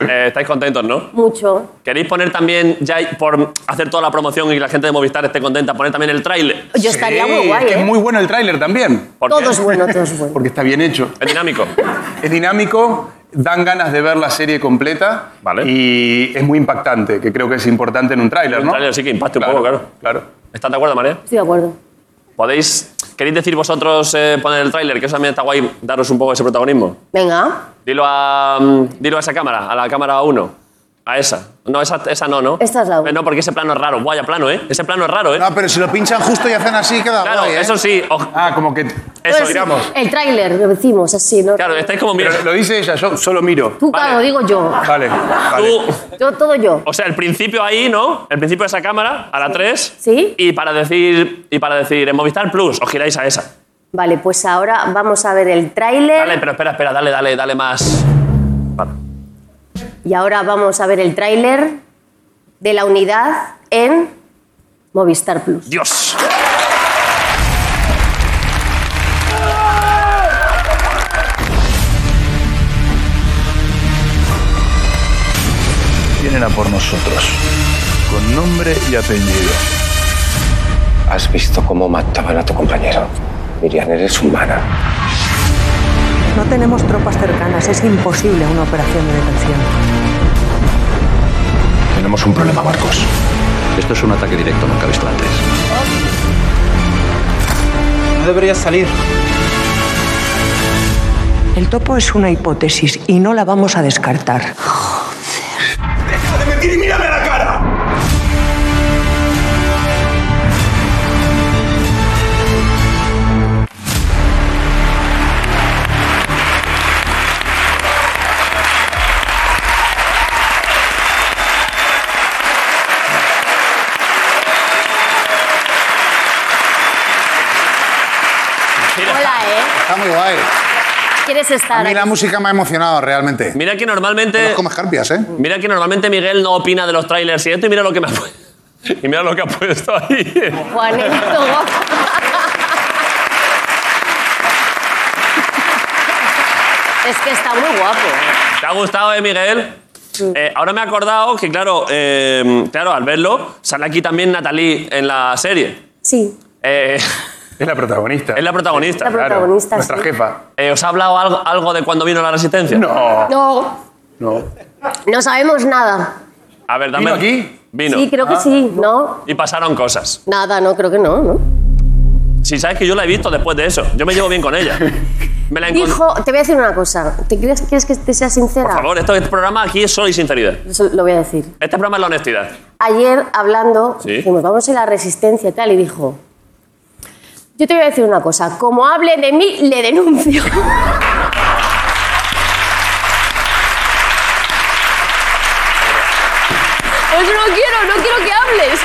Speaker 1: Eh, estáis contentos, ¿no?
Speaker 9: Mucho.
Speaker 1: ¿Queréis poner también, ya por hacer toda la promoción y la gente de Movistar esté contenta, poner también el tráiler?
Speaker 9: Yo estaría muy guay,
Speaker 11: que
Speaker 9: ¿eh?
Speaker 11: es muy bueno el tráiler también.
Speaker 1: ¿Por qué?
Speaker 9: Todo es bueno, todo es bueno.
Speaker 11: Porque está bien hecho.
Speaker 1: Es dinámico.
Speaker 11: Es dinámico, dan ganas de ver la serie completa
Speaker 1: Vale.
Speaker 11: y es muy impactante, que creo que es importante en un tráiler,
Speaker 1: El
Speaker 11: ¿no?
Speaker 1: tráiler sí que impacta
Speaker 11: Claro,
Speaker 1: un poco, claro.
Speaker 11: Claro.
Speaker 1: ¿Estás de acuerdo, María?
Speaker 9: Estoy de acuerdo.
Speaker 1: ¿Podéis, queréis decir vosotros eh, poner el tráiler? Que eso también está guay, daros un poco ese protagonismo.
Speaker 9: Venga,
Speaker 1: Dilo a, mm, dilo a esa cámara, a la cámara 1. A esa. No, esa, esa no, ¿no?
Speaker 9: Esta es la uno.
Speaker 1: Eh, No, porque ese plano es raro. Vaya plano, ¿eh? Ese plano es raro, ¿eh?
Speaker 3: No, pero si lo pinchan justo y hacen así, queda
Speaker 1: claro,
Speaker 3: guay, ¿eh?
Speaker 1: eso sí. o-
Speaker 9: Pues
Speaker 11: Ah, como que...
Speaker 1: eso, digamos.
Speaker 9: el tráiler, lo decimos así, ¿no?
Speaker 1: Claro, estáis como
Speaker 11: Pero
Speaker 1: mira.
Speaker 11: lo dice ella, yo solo miro.
Speaker 9: Tú, claro, digo yo.
Speaker 11: Vale, vale.
Speaker 1: Tú,
Speaker 9: Yo, todo yo.
Speaker 1: o sea, el principio ahí, ¿no? El principio de esa cámara, a la 3.
Speaker 9: Sí.
Speaker 1: Y para decir, y para decir en Movistar Plus, os giráis a esa.
Speaker 9: Vale, pues ahora vamos a ver el
Speaker 1: Dale,
Speaker 9: tráiler.
Speaker 1: pero espera, espera, dale, dale, dale más. Vale.
Speaker 9: Y ahora vamos a ver el tráiler de la unidad en Movistar Plus.
Speaker 1: Dios.
Speaker 13: Vienen a por nosotros, con nombre y apellido.
Speaker 14: Has visto cómo mataban a tu compañero. Miriam, eres humana.
Speaker 15: No tenemos tropas cercanas, es imposible una operación de detención.
Speaker 13: Tenemos un problema, Marcos. Esto es un ataque directo nunca visto antes.
Speaker 7: No deberías salir.
Speaker 15: El topo es una hipótesis y no la vamos a descartar.
Speaker 9: Hola, ¿eh?
Speaker 3: Está muy guay.
Speaker 9: ¿Quieres
Speaker 3: A
Speaker 9: estar
Speaker 3: mí la
Speaker 9: aquí?
Speaker 3: música me ha emocionado realmente.
Speaker 1: Mira que
Speaker 3: No
Speaker 1: normalmente.
Speaker 3: nos comas carpias, ¿eh?
Speaker 1: Mira que normalmente Miguel no opina de los trailers y esto, y mira lo que me ha puesto. Y mira lo que ha puesto ahí.
Speaker 9: Juanito, guapo. Es que está muy guapo. ¿eh?
Speaker 1: ¿Te ha gustado, eh, Miguel? Eh, ahora me he acordado que, claro, eh, claro, al verlo, sale aquí también Natalie en la serie.
Speaker 9: Sí,
Speaker 1: Eh,
Speaker 11: Es la protagonista.
Speaker 1: es la protagonista.
Speaker 9: la protagonista.
Speaker 11: Nuestra
Speaker 9: sí.
Speaker 11: jefa.
Speaker 1: Eh, ¿Os ha hablado algo, algo de cuando vino la Resistencia?
Speaker 11: No.
Speaker 9: No,
Speaker 11: No.
Speaker 9: no sabemos nada.
Speaker 1: A ver, dame.
Speaker 11: ¿Vino aquí?
Speaker 1: Vino.
Speaker 9: Sí, creo que sí. No,
Speaker 1: Y pasaron cosas.
Speaker 9: nada, no, creo que no, ¿no?
Speaker 1: Si sabes que yo la he visto después de eso. Yo me llevo bien con ella. Me la encon-
Speaker 9: Dijo, te voy a decir una cosa. ¿Te crees, quieres que te sea sincera?
Speaker 1: Por favor, este programa aquí es solo y sinceridad.
Speaker 9: Eso Lo voy a decir.
Speaker 1: Este programa es la honestidad.
Speaker 9: Ayer hablando,
Speaker 1: Sí.
Speaker 9: dijimos, vamos a la resistencia y tal, y dijo, yo te voy a decir una cosa, como hable de mí, le denuncio. Pues no quiero, no quiero que hables.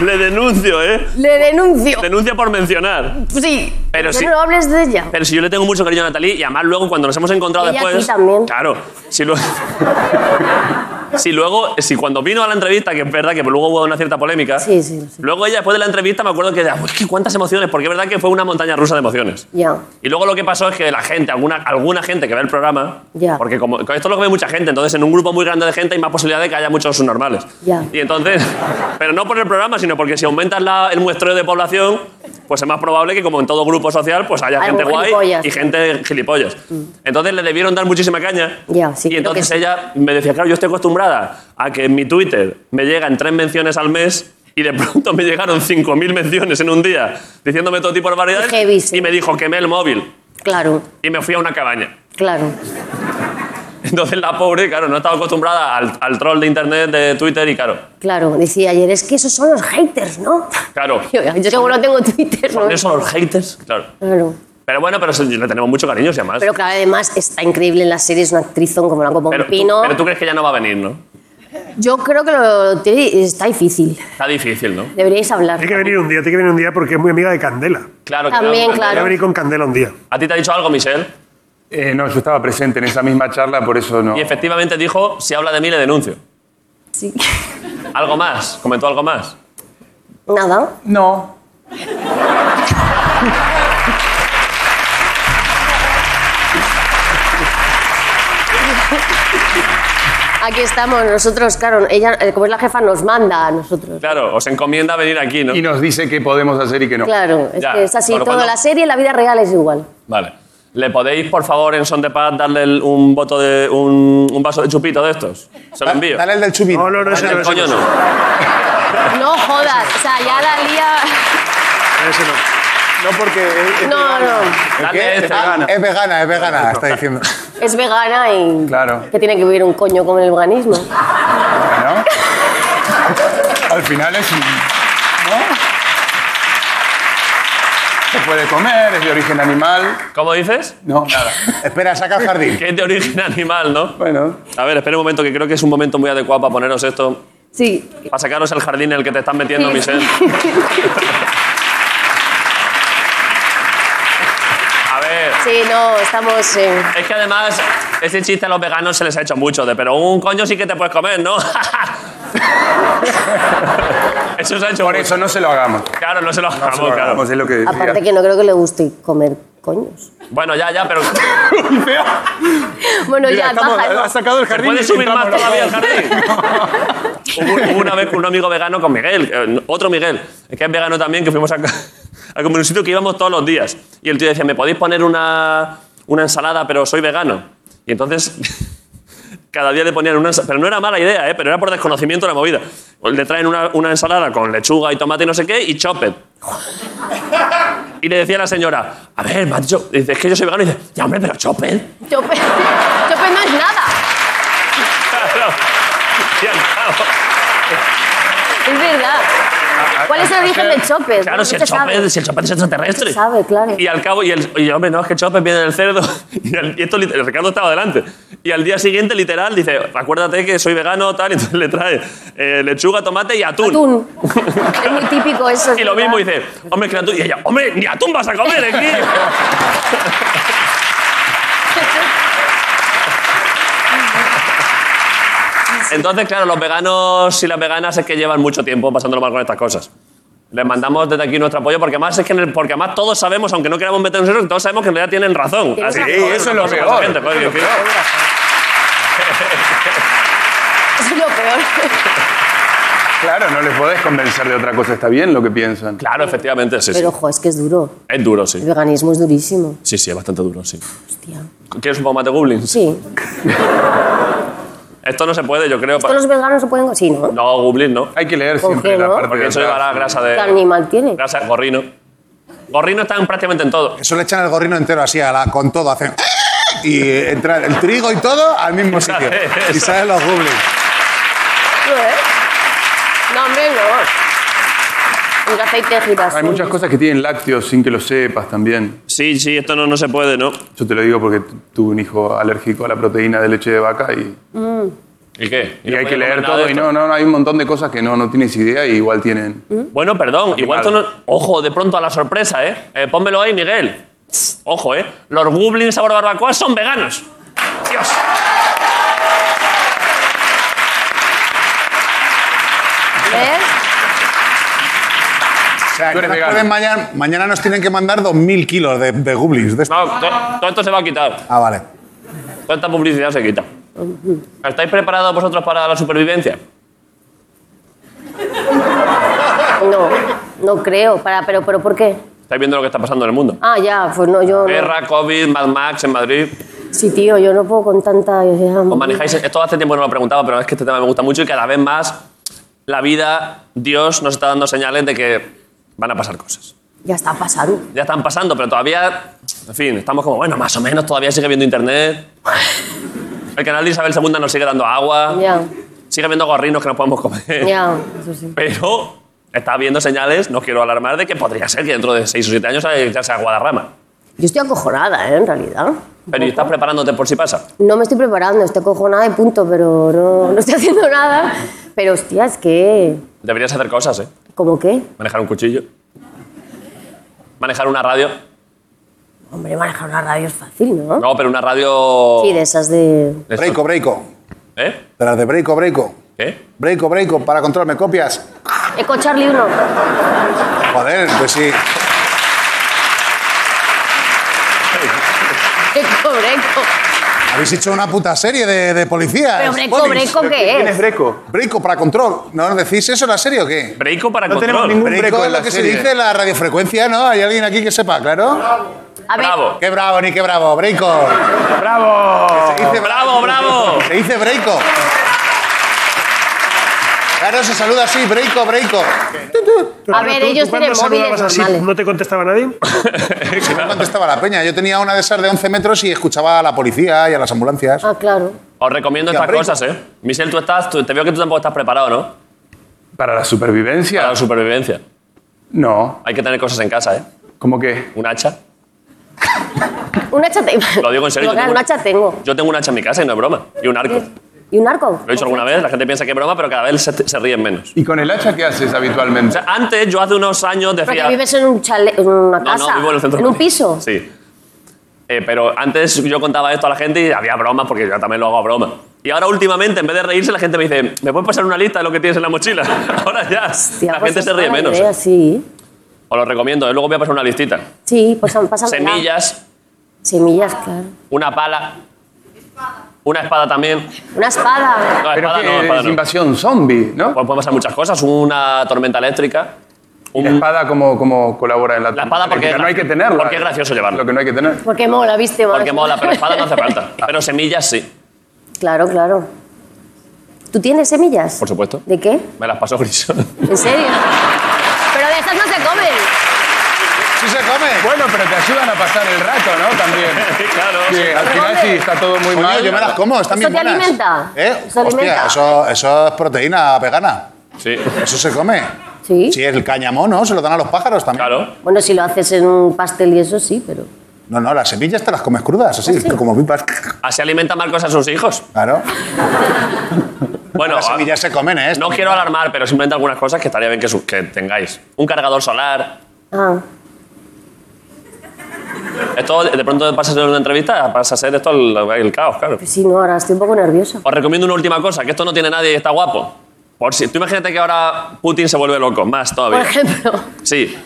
Speaker 1: Le denuncio, ¿eh?
Speaker 9: Le denuncio.
Speaker 1: Denuncia por mencionar.
Speaker 9: Sí.
Speaker 1: Pero
Speaker 9: que
Speaker 1: sí.
Speaker 9: no hables de ella.
Speaker 1: Pero si yo le tengo mucho cariño a Natalie y además luego cuando nos hemos encontrado
Speaker 9: Ella a ti
Speaker 1: después.
Speaker 9: también.
Speaker 1: Claro. Si luego. si luego, si cuando vino a la entrevista, que es verdad que luego hubo una cierta polémica.
Speaker 9: Sí, sí, lo sé.
Speaker 1: Luego ella después de la entrevista me acuerdo que decía, "Uy, es que cuántas emociones, porque es verdad que fue una montaña rusa de emociones.
Speaker 9: Ya.
Speaker 1: Y luego lo que pasó es que la gente, alguna, alguna gente que ve el programa,
Speaker 9: Ya.
Speaker 1: porque como, esto es lo que ve mucha gente, entonces en un grupo muy grande de gente hay más posibilidad de que haya muchos subnormales.
Speaker 9: Ya.
Speaker 1: Y entonces, pero no por el programa, sino porque si aumentas la- el muestreo de población, pues es más probable que como en todo grupo social, pues haya
Speaker 9: Hay
Speaker 1: gente
Speaker 9: un
Speaker 1: guay
Speaker 9: gilipollas. Mm.
Speaker 1: y gente gilipollas. Entonces le debieron dar muchísima caña.
Speaker 9: Ya, sí,
Speaker 1: y
Speaker 9: creo que
Speaker 1: entonces
Speaker 9: sí.
Speaker 1: ella me decía, claro, yo estoy acostumbrada a que en mi Twitter me llegan tres menciones al mes y de pronto me llegaron 5.000 menciones en un día diciéndome todo tipo de barbaridades.
Speaker 9: Qué heavy, sí.
Speaker 1: Y me dijo, quemé el móvil
Speaker 9: Claro,
Speaker 1: y me fui a una cabaña.
Speaker 9: claro.
Speaker 1: Entonces la pobre, claro, no estaba acostumbrada al, al troll de internet, de Twitter y claro,
Speaker 9: Claro, decía ayer, es que esos son los haters, ¿no?
Speaker 1: claro.
Speaker 9: Yo, yo seguro tengo Twitter, ¿no?
Speaker 1: Son esos los haters, claro.
Speaker 9: Claro.
Speaker 1: Pero bueno, pero se- le tenemos mucho cariño, si además.
Speaker 9: Pero claro, además está increíble en la serie, es una actrizón como la Copa
Speaker 1: Pero
Speaker 9: un
Speaker 1: tú,
Speaker 9: Pino.
Speaker 1: pero tú crees que ya no va a venir, ¿no?
Speaker 9: Yo creo que lo tiene- está difícil.
Speaker 1: Está difícil, ¿no?
Speaker 9: Deberíais hablar.
Speaker 6: Tiene que venir un día, tiene que venir un día porque es muy amiga de Candela.
Speaker 1: Claro que
Speaker 9: También,
Speaker 1: no.
Speaker 6: Voy a
Speaker 9: claro.
Speaker 6: venir con Candela un día.
Speaker 1: ¿A ti te ha dicho algo, Michelle?
Speaker 11: Eh, no, yo estaba presente en esa misma charla, por eso no.
Speaker 3: Oh.
Speaker 1: Y efectivamente dijo, si habla de mí le denuncio.
Speaker 9: Sí.
Speaker 1: ¿Algo más? ¿Comentó algo más?
Speaker 9: Nada.
Speaker 11: No.
Speaker 9: aquí estamos nosotros, claro, ella, eh, como es la jefa, nos manda a nosotros.
Speaker 1: Claro, os encomienda venir aquí, ¿no?
Speaker 11: Y nos dice qué podemos hacer y qué no.
Speaker 9: Claro, es
Speaker 1: Ya,
Speaker 9: que es así,
Speaker 1: con lo
Speaker 9: toda
Speaker 1: cual no-
Speaker 9: la serie, la vida real es igual.
Speaker 1: Vale. ¿Le podéis, por favor, en son de paz, darle el- un, boto de, un, un vaso de chupito de estos? Se lo envío.
Speaker 3: Dale el del chupito.
Speaker 1: No, no,
Speaker 3: ese no, ese
Speaker 1: coño
Speaker 3: no.
Speaker 1: no.
Speaker 9: No jodas, o sea, ya Dalía...
Speaker 11: Ese no. No, porque. es- es
Speaker 9: No,
Speaker 11: vegana.
Speaker 9: no.
Speaker 11: ¿El
Speaker 1: Dale
Speaker 11: qué?
Speaker 1: este.
Speaker 11: Es vegana.
Speaker 3: Ah, Es vegana, es vegana, está diciendo.
Speaker 9: Es vegana y
Speaker 11: Claro.
Speaker 9: que tiene que vivir un coño con el veganismo.
Speaker 11: ¿no? Al final es. un- ¿No? Se puede comer, es de origen animal.
Speaker 1: ¿Cómo dices?
Speaker 11: No, nada.
Speaker 3: Espera, saca el jardín.
Speaker 1: Que es de origen animal, ¿no?
Speaker 11: Bueno.
Speaker 1: A ver, espera un momento, que creo que es un momento muy adecuado para poneros esto.
Speaker 9: Sí.
Speaker 1: Para sacaros el jardín en el que te están metiendo, Michelle. A ver.
Speaker 9: Sí, no, estamos... eh,
Speaker 1: Es que además, ese chiste a los veganos se les ha hecho mucho, de pero un coño sí que te puedes comer, ¿no? eso se ha hecho
Speaker 11: Por eso no se lo hagamos.
Speaker 1: Claro, no se lo
Speaker 11: No
Speaker 1: hagamos,
Speaker 11: se lo
Speaker 1: claro.
Speaker 11: hagamos, es lo que decía.
Speaker 9: aparte que no creo que le guste comer coños.
Speaker 1: Bueno, ya, ya, pero.
Speaker 9: Bueno, ya, baja. ¿no?
Speaker 11: sacado el
Speaker 1: ¿Se puede subir más todavía el jardín? hubo, hubo una vez con un amigo vegano con Miguel, eh, no, otro Miguel, que es vegano también, que fuimos a, a comer un sitio que íbamos todos los días. Y el tío decía, ¿me podéis poner una, una ensalada, pero soy vegano? Y entonces... Cada día le ponían una ensalada, pero no era mala idea, ¿eh? pero era por desconocimiento de la movida. Pues Le traen una, una ensalada con lechuga y tomate y no sé qué y chopped. Y le decía a la señora, a ver, me has dicho- dice, es que yo soy vegano y dice, ya hombre, pero chopped.
Speaker 9: Chopin Chopin no es nada.
Speaker 1: Claro. Y al cabo-
Speaker 9: Es verdad. ¿Cuál es el origen del chope?
Speaker 1: Claro, si el, chopper, si el chopper es extraterrestre.
Speaker 9: sabe, claro.
Speaker 1: Y al cabo, y el y, hombre, no, es que el chopper viene del cerdo. Y, al- y esto, lit- Ricardo estaba delante. Y al día siguiente, literal, dice, acuérdate que soy vegano, tal, y entonces le trae eh, lechuga, tomate y atún.
Speaker 9: Atún. es muy típico eso. es
Speaker 1: Y lo
Speaker 9: verdad.
Speaker 1: mismo dice, hombre, que el atún. Y ella, hombre, ni atún vas a comer aquí. Entonces, claro, los veganos y las veganas es que llevan mucho tiempo pasándolo mal con estas cosas. Les mandamos desde aquí nuestro apoyo porque más es que en el- porque además todos sabemos, aunque no queramos meternos en eso, todos sabemos que en realidad tienen razón.
Speaker 9: Tienen
Speaker 1: Así
Speaker 9: razón.
Speaker 1: que, joder,
Speaker 11: Eh, eso es
Speaker 1: una
Speaker 11: lo
Speaker 1: cosa para
Speaker 11: peor,
Speaker 1: la gente, joder,
Speaker 11: eso es lo
Speaker 1: que-
Speaker 11: peor.
Speaker 9: Eso es lo peor.
Speaker 1: Pues
Speaker 11: Claro, no les podés convencer de otra cosa, está bien lo que piensan.
Speaker 1: Claro, efectivamente, sí, sí.
Speaker 9: Pero, ojo, es que es duro.
Speaker 1: Es duro,
Speaker 9: El
Speaker 1: sí.
Speaker 9: veganismo es durísimo.
Speaker 1: Sí, sí, es bastante duro, sí.
Speaker 9: Hostia.
Speaker 1: ¿Quieres un poco más de goblins?
Speaker 9: Sí.
Speaker 1: Esto no se puede, yo creo.
Speaker 9: ¿Todos
Speaker 1: para-
Speaker 9: los veganos no pueden... Sí, ¿no?
Speaker 1: No, goblins, ¿no?
Speaker 11: Hay que leer
Speaker 9: Con
Speaker 11: siempre
Speaker 9: qué,
Speaker 11: la
Speaker 9: ¿no?
Speaker 11: parte
Speaker 1: Porque
Speaker 11: de
Speaker 1: eso
Speaker 11: atrás.
Speaker 1: llevará grasa de...
Speaker 9: ¿Qué animal tiene?
Speaker 1: Grasa de gorrino. Gorrino está en- prácticamente en todo.
Speaker 3: Eso le echan el gorrino entero así, a la- con todo, hacen. Y eh, entra el trigo y todo al mismo sitio. Y salen los goblins.
Speaker 9: ¿Eh? No, hombre, no. Un aceite de girasol.
Speaker 11: Hay muchas cosas que tienen lácteos sin que lo sepas también.
Speaker 1: Sí, sí, esto no, no se puede, ¿no?
Speaker 11: Yo te lo digo porque tu- tuve un hijo alérgico a la proteína de leche de vaca y,
Speaker 1: ¿Y qué?
Speaker 11: y
Speaker 1: no
Speaker 11: hay que
Speaker 1: puede comer
Speaker 11: leer
Speaker 1: nada
Speaker 11: todo
Speaker 1: de
Speaker 11: y
Speaker 1: esto?
Speaker 11: no, no, no, hay un montón de cosas que no, no tienes idea y igual tienen.
Speaker 9: ¿Mm?
Speaker 1: Bueno, perdón, igual esto no- Ojo, de pronto a la sorpresa, ¿eh? Eh, Pónmelo ahí, Miguel. Ojo, ¿eh? Los goblins sabor barbacoa son veganos. Dios.
Speaker 9: ¿Ves?
Speaker 3: O sea,
Speaker 11: Tú eres
Speaker 3: no nos
Speaker 11: vegano.
Speaker 3: pueden mañana, mañana nos tienen que mandar 2.000 kilos de, de goblins. de esto.
Speaker 1: No, to- todo esto se va a quitar.
Speaker 3: Ah, vale.
Speaker 1: Toda esta publicidad se quita. ¿Estáis preparados vosotros para la supervivencia?
Speaker 9: No, no creo. Para, pero, ¿Pero por qué?
Speaker 1: ¿Estáis viendo lo que está pasando en el mundo?
Speaker 9: Ah, ya, pues no, yo... no.
Speaker 1: Guerra, COVID, Mad Max en Madrid.
Speaker 9: Sí, tío, yo no puedo con tanta...
Speaker 1: ¿Os manejáis? Esto hace tiempo que no lo preguntaba, pero es que este tema me gusta mucho y cada vez más la vida, Dios nos está dando señales de que van a pasar cosas.
Speaker 9: Ya está pasando.
Speaker 1: Ya están pasando, pero todavía, en fin, estamos como, bueno, más o menos, todavía sigue viendo internet. El canal de Isabel II nos sigue dando agua.
Speaker 9: Ya,
Speaker 1: Sigue viendo gorrinos que no podemos comer.
Speaker 9: ya, eso sí.
Speaker 1: Pero está viendo señales, no quiero alarmar, de que podría ser que dentro de seis o siete años ya sea Guadarrama.
Speaker 9: Yo estoy acojonada, ¿eh? En realidad.
Speaker 1: Pero ¿y estás preparándote por si pasa?
Speaker 9: No me estoy preparando, estoy acojonada y punto, pero no, no estoy haciendo nada. Pero hostia, es que...
Speaker 1: Deberías hacer cosas, ¿eh?
Speaker 9: ¿Cómo qué?
Speaker 1: Manejar un cuchillo. Manejar una radio.
Speaker 9: Hombre, manejar una radio es fácil, ¿no?
Speaker 1: No, pero una radio...
Speaker 9: Sí, de esas de...
Speaker 1: de
Speaker 3: Breiko, breiko.
Speaker 1: ¿Eh?
Speaker 3: De las de breiko, breiko.
Speaker 1: ¿Qué?
Speaker 3: Breiko, breiko, para control, ¿me copias?
Speaker 9: Eco Charlie 1.
Speaker 3: Joder, pues sí.
Speaker 9: Eco Breco.
Speaker 3: A Habéis hecho una puta serie de, de policías.
Speaker 9: Pero Breco,
Speaker 3: polis.
Speaker 9: Breco, ¿qué ¿Pero quién es? es
Speaker 3: Breco? Breco para control. ¿No nos decís eso en la serie o qué?
Speaker 1: Breco para
Speaker 3: No
Speaker 1: control.
Speaker 3: tenemos ningún Breco, es lo que se dice en la radiofrecuencia, ¿no? ¿Hay alguien aquí que sepa, claro?
Speaker 9: A ver,
Speaker 3: ¡Qué bravo, ni qué bravo! ¡Breco!
Speaker 6: ¡Bravo!
Speaker 3: Se dice
Speaker 1: ¡Bravo, bravo!
Speaker 3: Se dice Breiko. Claro, se saluda así, Breiko, Breiko.
Speaker 9: A ver,
Speaker 6: ¿Tú-
Speaker 9: ellos
Speaker 6: tú cuando
Speaker 9: tienen móviles
Speaker 6: saludabas así,
Speaker 9: normales.
Speaker 6: ¿No te contestaba nadie?
Speaker 3: No contestaba la peña. Yo tenía una de esas de 11 metros y escuchaba a la policía y a las ambulancias.
Speaker 9: Ah, claro.
Speaker 1: Os recomiendo
Speaker 3: Hostia,
Speaker 1: estas
Speaker 3: Breco.
Speaker 1: cosas, ¿eh? Michelle, tú estás, tú- te veo que tú tampoco estás preparado, ¿no?
Speaker 11: ¿Para la supervivencia?
Speaker 1: Para la supervivencia.
Speaker 11: No.
Speaker 1: Hay que tener cosas en casa, ¿eh?
Speaker 11: ¿Cómo qué?
Speaker 1: Un hacha.
Speaker 9: Un hacha tengo.
Speaker 1: Lo digo en serio, yo tengo
Speaker 9: Un
Speaker 1: una-
Speaker 9: hacha tengo.
Speaker 1: Yo tengo un hacha en mi casa y no es broma. Y un arco.
Speaker 9: ¿Y un arco?
Speaker 1: Lo he dicho alguna vez, la gente piensa que es broma, pero cada vez se, se ríen menos.
Speaker 11: ¿Y con el hacha qué haces
Speaker 1: O
Speaker 11: habitualmente?
Speaker 1: sea, antes, yo hace unos años
Speaker 9: Porque
Speaker 1: decía...
Speaker 9: vives en un chale, en una
Speaker 1: No,
Speaker 9: casa.
Speaker 1: no, vivo en el centro.
Speaker 9: un piso.
Speaker 1: Sí. Eh, pero antes yo contaba esto a la gente y había bromas, porque yo también lo hago a broma. Y ahora últimamente, en vez de reírse, la gente me dice, ¿me puedes pasar una lista de lo que tienes en la mochila? ahora ya,
Speaker 9: Tía,
Speaker 1: la
Speaker 9: pues
Speaker 1: gente se
Speaker 9: es
Speaker 1: ríe
Speaker 9: mala
Speaker 1: menos.
Speaker 9: idea,
Speaker 1: eh.
Speaker 9: sí.
Speaker 1: Os lo recomiendo, eh, luego voy a pasar una listita.
Speaker 9: Sí, pues pásame.
Speaker 1: Semillas,
Speaker 9: Semillas, claro.
Speaker 1: una pala, una espada también. Pues
Speaker 9: Una espada.
Speaker 1: No,
Speaker 11: Pero
Speaker 1: espada
Speaker 11: que
Speaker 1: no, espada
Speaker 11: es
Speaker 1: no.
Speaker 11: invasión zombie, ¿no?
Speaker 1: Pues pueden pasar muchas cosas, una tormenta eléctrica.
Speaker 11: ¿La espada cómo, cómo colabora en la
Speaker 1: La espada porque,
Speaker 11: no hay que tenerla.
Speaker 1: porque es gracioso llevarla.
Speaker 11: Lo que no hay que tener.
Speaker 9: Porque mola, viste,
Speaker 1: Porque mola, pero espada no hace falta. Pero semillas sí,
Speaker 9: Claro, claro. ¿Tú tienes semillas?
Speaker 1: por supuesto.
Speaker 9: ¿De qué?
Speaker 1: Me las pasó gris.
Speaker 9: ¿En serio? Pero de estas no se comen.
Speaker 3: ¡Sí se come!
Speaker 11: Bueno, pero te ayudan a pasar el rato, ¿no? También.
Speaker 1: claro.
Speaker 11: Que al final sí está todo muy
Speaker 3: Coño,
Speaker 11: mal.
Speaker 3: yo me las como, están
Speaker 9: ¿Eso
Speaker 3: bien
Speaker 9: te
Speaker 3: buenas.
Speaker 9: alimenta?
Speaker 3: ¿Eh?
Speaker 9: ¿Eso
Speaker 3: Hostia,
Speaker 9: alimenta?
Speaker 3: eso, eso es proteína vegana.
Speaker 1: Sí,
Speaker 3: Eso se come.
Speaker 9: Sí.
Speaker 3: Si el cañamón, ¿no? Se lo dan a los pájaros también.
Speaker 1: claro.
Speaker 9: Bueno, si lo haces en un pastel y eso sí, pero.
Speaker 3: No, no, las semillas te las comes crudas,
Speaker 9: Ah,
Speaker 3: así, como pipas.
Speaker 1: Así alimenta Marcos a sus hijos.
Speaker 3: Claro.
Speaker 1: Bueno, ah,
Speaker 3: las semillas se comen, ¿eh?
Speaker 1: no quiero alarmar, pero simplemente algunas cosas que estaría bien que, su- que tengáis. Un cargador solar.
Speaker 9: Ah,
Speaker 1: Esto de de pronto pasa a ser una entrevista, pasa a ser esto el, el caos, claro.
Speaker 9: pues sí, no, ahora estoy un poco nerviosa.
Speaker 1: Os recomiendo una última cosa, que esto no tiene nadie y está guapo. Por si, tú imagínate que ahora Putin se vuelve loco, más
Speaker 9: Por
Speaker 1: todavía.
Speaker 9: ejemplo.
Speaker 1: Sí.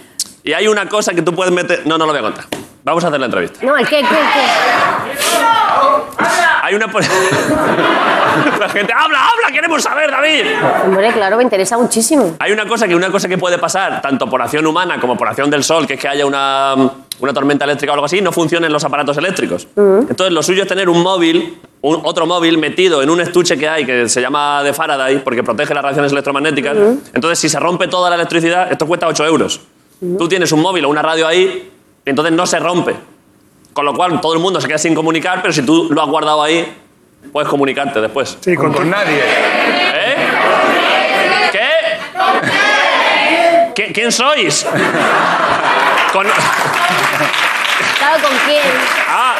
Speaker 1: Y hay una cosa que tú puedes meter... No, no lo voy a contar. Vamos a hacer la entrevista.
Speaker 9: No, el qué, qué, qué.
Speaker 1: Hay una... pos- la gente... ¡Habla, habla! ¡Queremos saber, David!
Speaker 9: Hombre, claro, me interesa muchísimo.
Speaker 1: Hay una cosa que una cosa que puede pasar tanto por acción humana como por acción del sol, que es que haya una, una tormenta eléctrica o algo así, y no funcionen los aparatos eléctricos. Entonces lo suyo es tener un móvil, un- otro móvil metido en un estuche que hay que se llama de Faraday porque protege las radiaciones electromagnéticas. Entonces si se rompe toda la electricidad, esto cuesta 8 euros. Tú tienes un móvil o una radio ahí, y entonces no se rompe. Con lo cual todo el mundo se queda sin comunicar, pero si tú lo has guardado ahí, puedes comunicarte después.
Speaker 6: Sí, con
Speaker 11: Con nadie.
Speaker 1: ¿Eh? ¿Qué? ¿Qui- ¿Quién sois? Con-
Speaker 9: Claro, ¿con quién?
Speaker 1: Ah,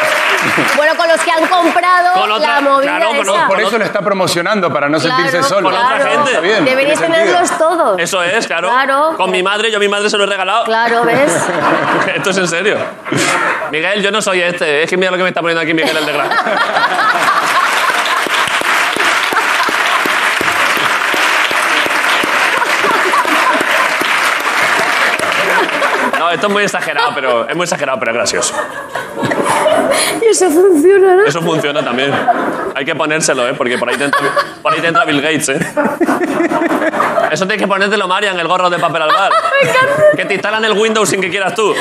Speaker 9: Bueno, con los que han comprado
Speaker 1: Con otra-
Speaker 9: la movida
Speaker 1: claro, con
Speaker 9: esa.
Speaker 1: otra-
Speaker 11: Por eso lo está promocionando, para no sentirse solo.
Speaker 1: con otra
Speaker 9: claro.
Speaker 1: gente.
Speaker 11: Está bien,
Speaker 9: Deberíais
Speaker 11: tiene sentido.
Speaker 9: tenerlos todos.
Speaker 1: eso es, claro.
Speaker 9: Claro.
Speaker 1: Con mi madre, yo a mi madre se lo he regalado.
Speaker 9: Claro, ¿ves?
Speaker 1: Esto es en serio. Miguel, yo no soy este. Es que mira lo que me está poniendo aquí Miguel el de Gran. No, esto es muy exagerado, pero es muy exagerado, pero es gracioso.
Speaker 9: y eso funciona, ¿no?
Speaker 1: Eso funciona también. Hay que ponérselo, ¿eh? Porque por ahí te entra, por ahí te entra Bill Gates, ¿eh? Eso tienes que ponértelo, Marian, el gorro de papel al bar. Que te instalan el Windows sin que quieras tú.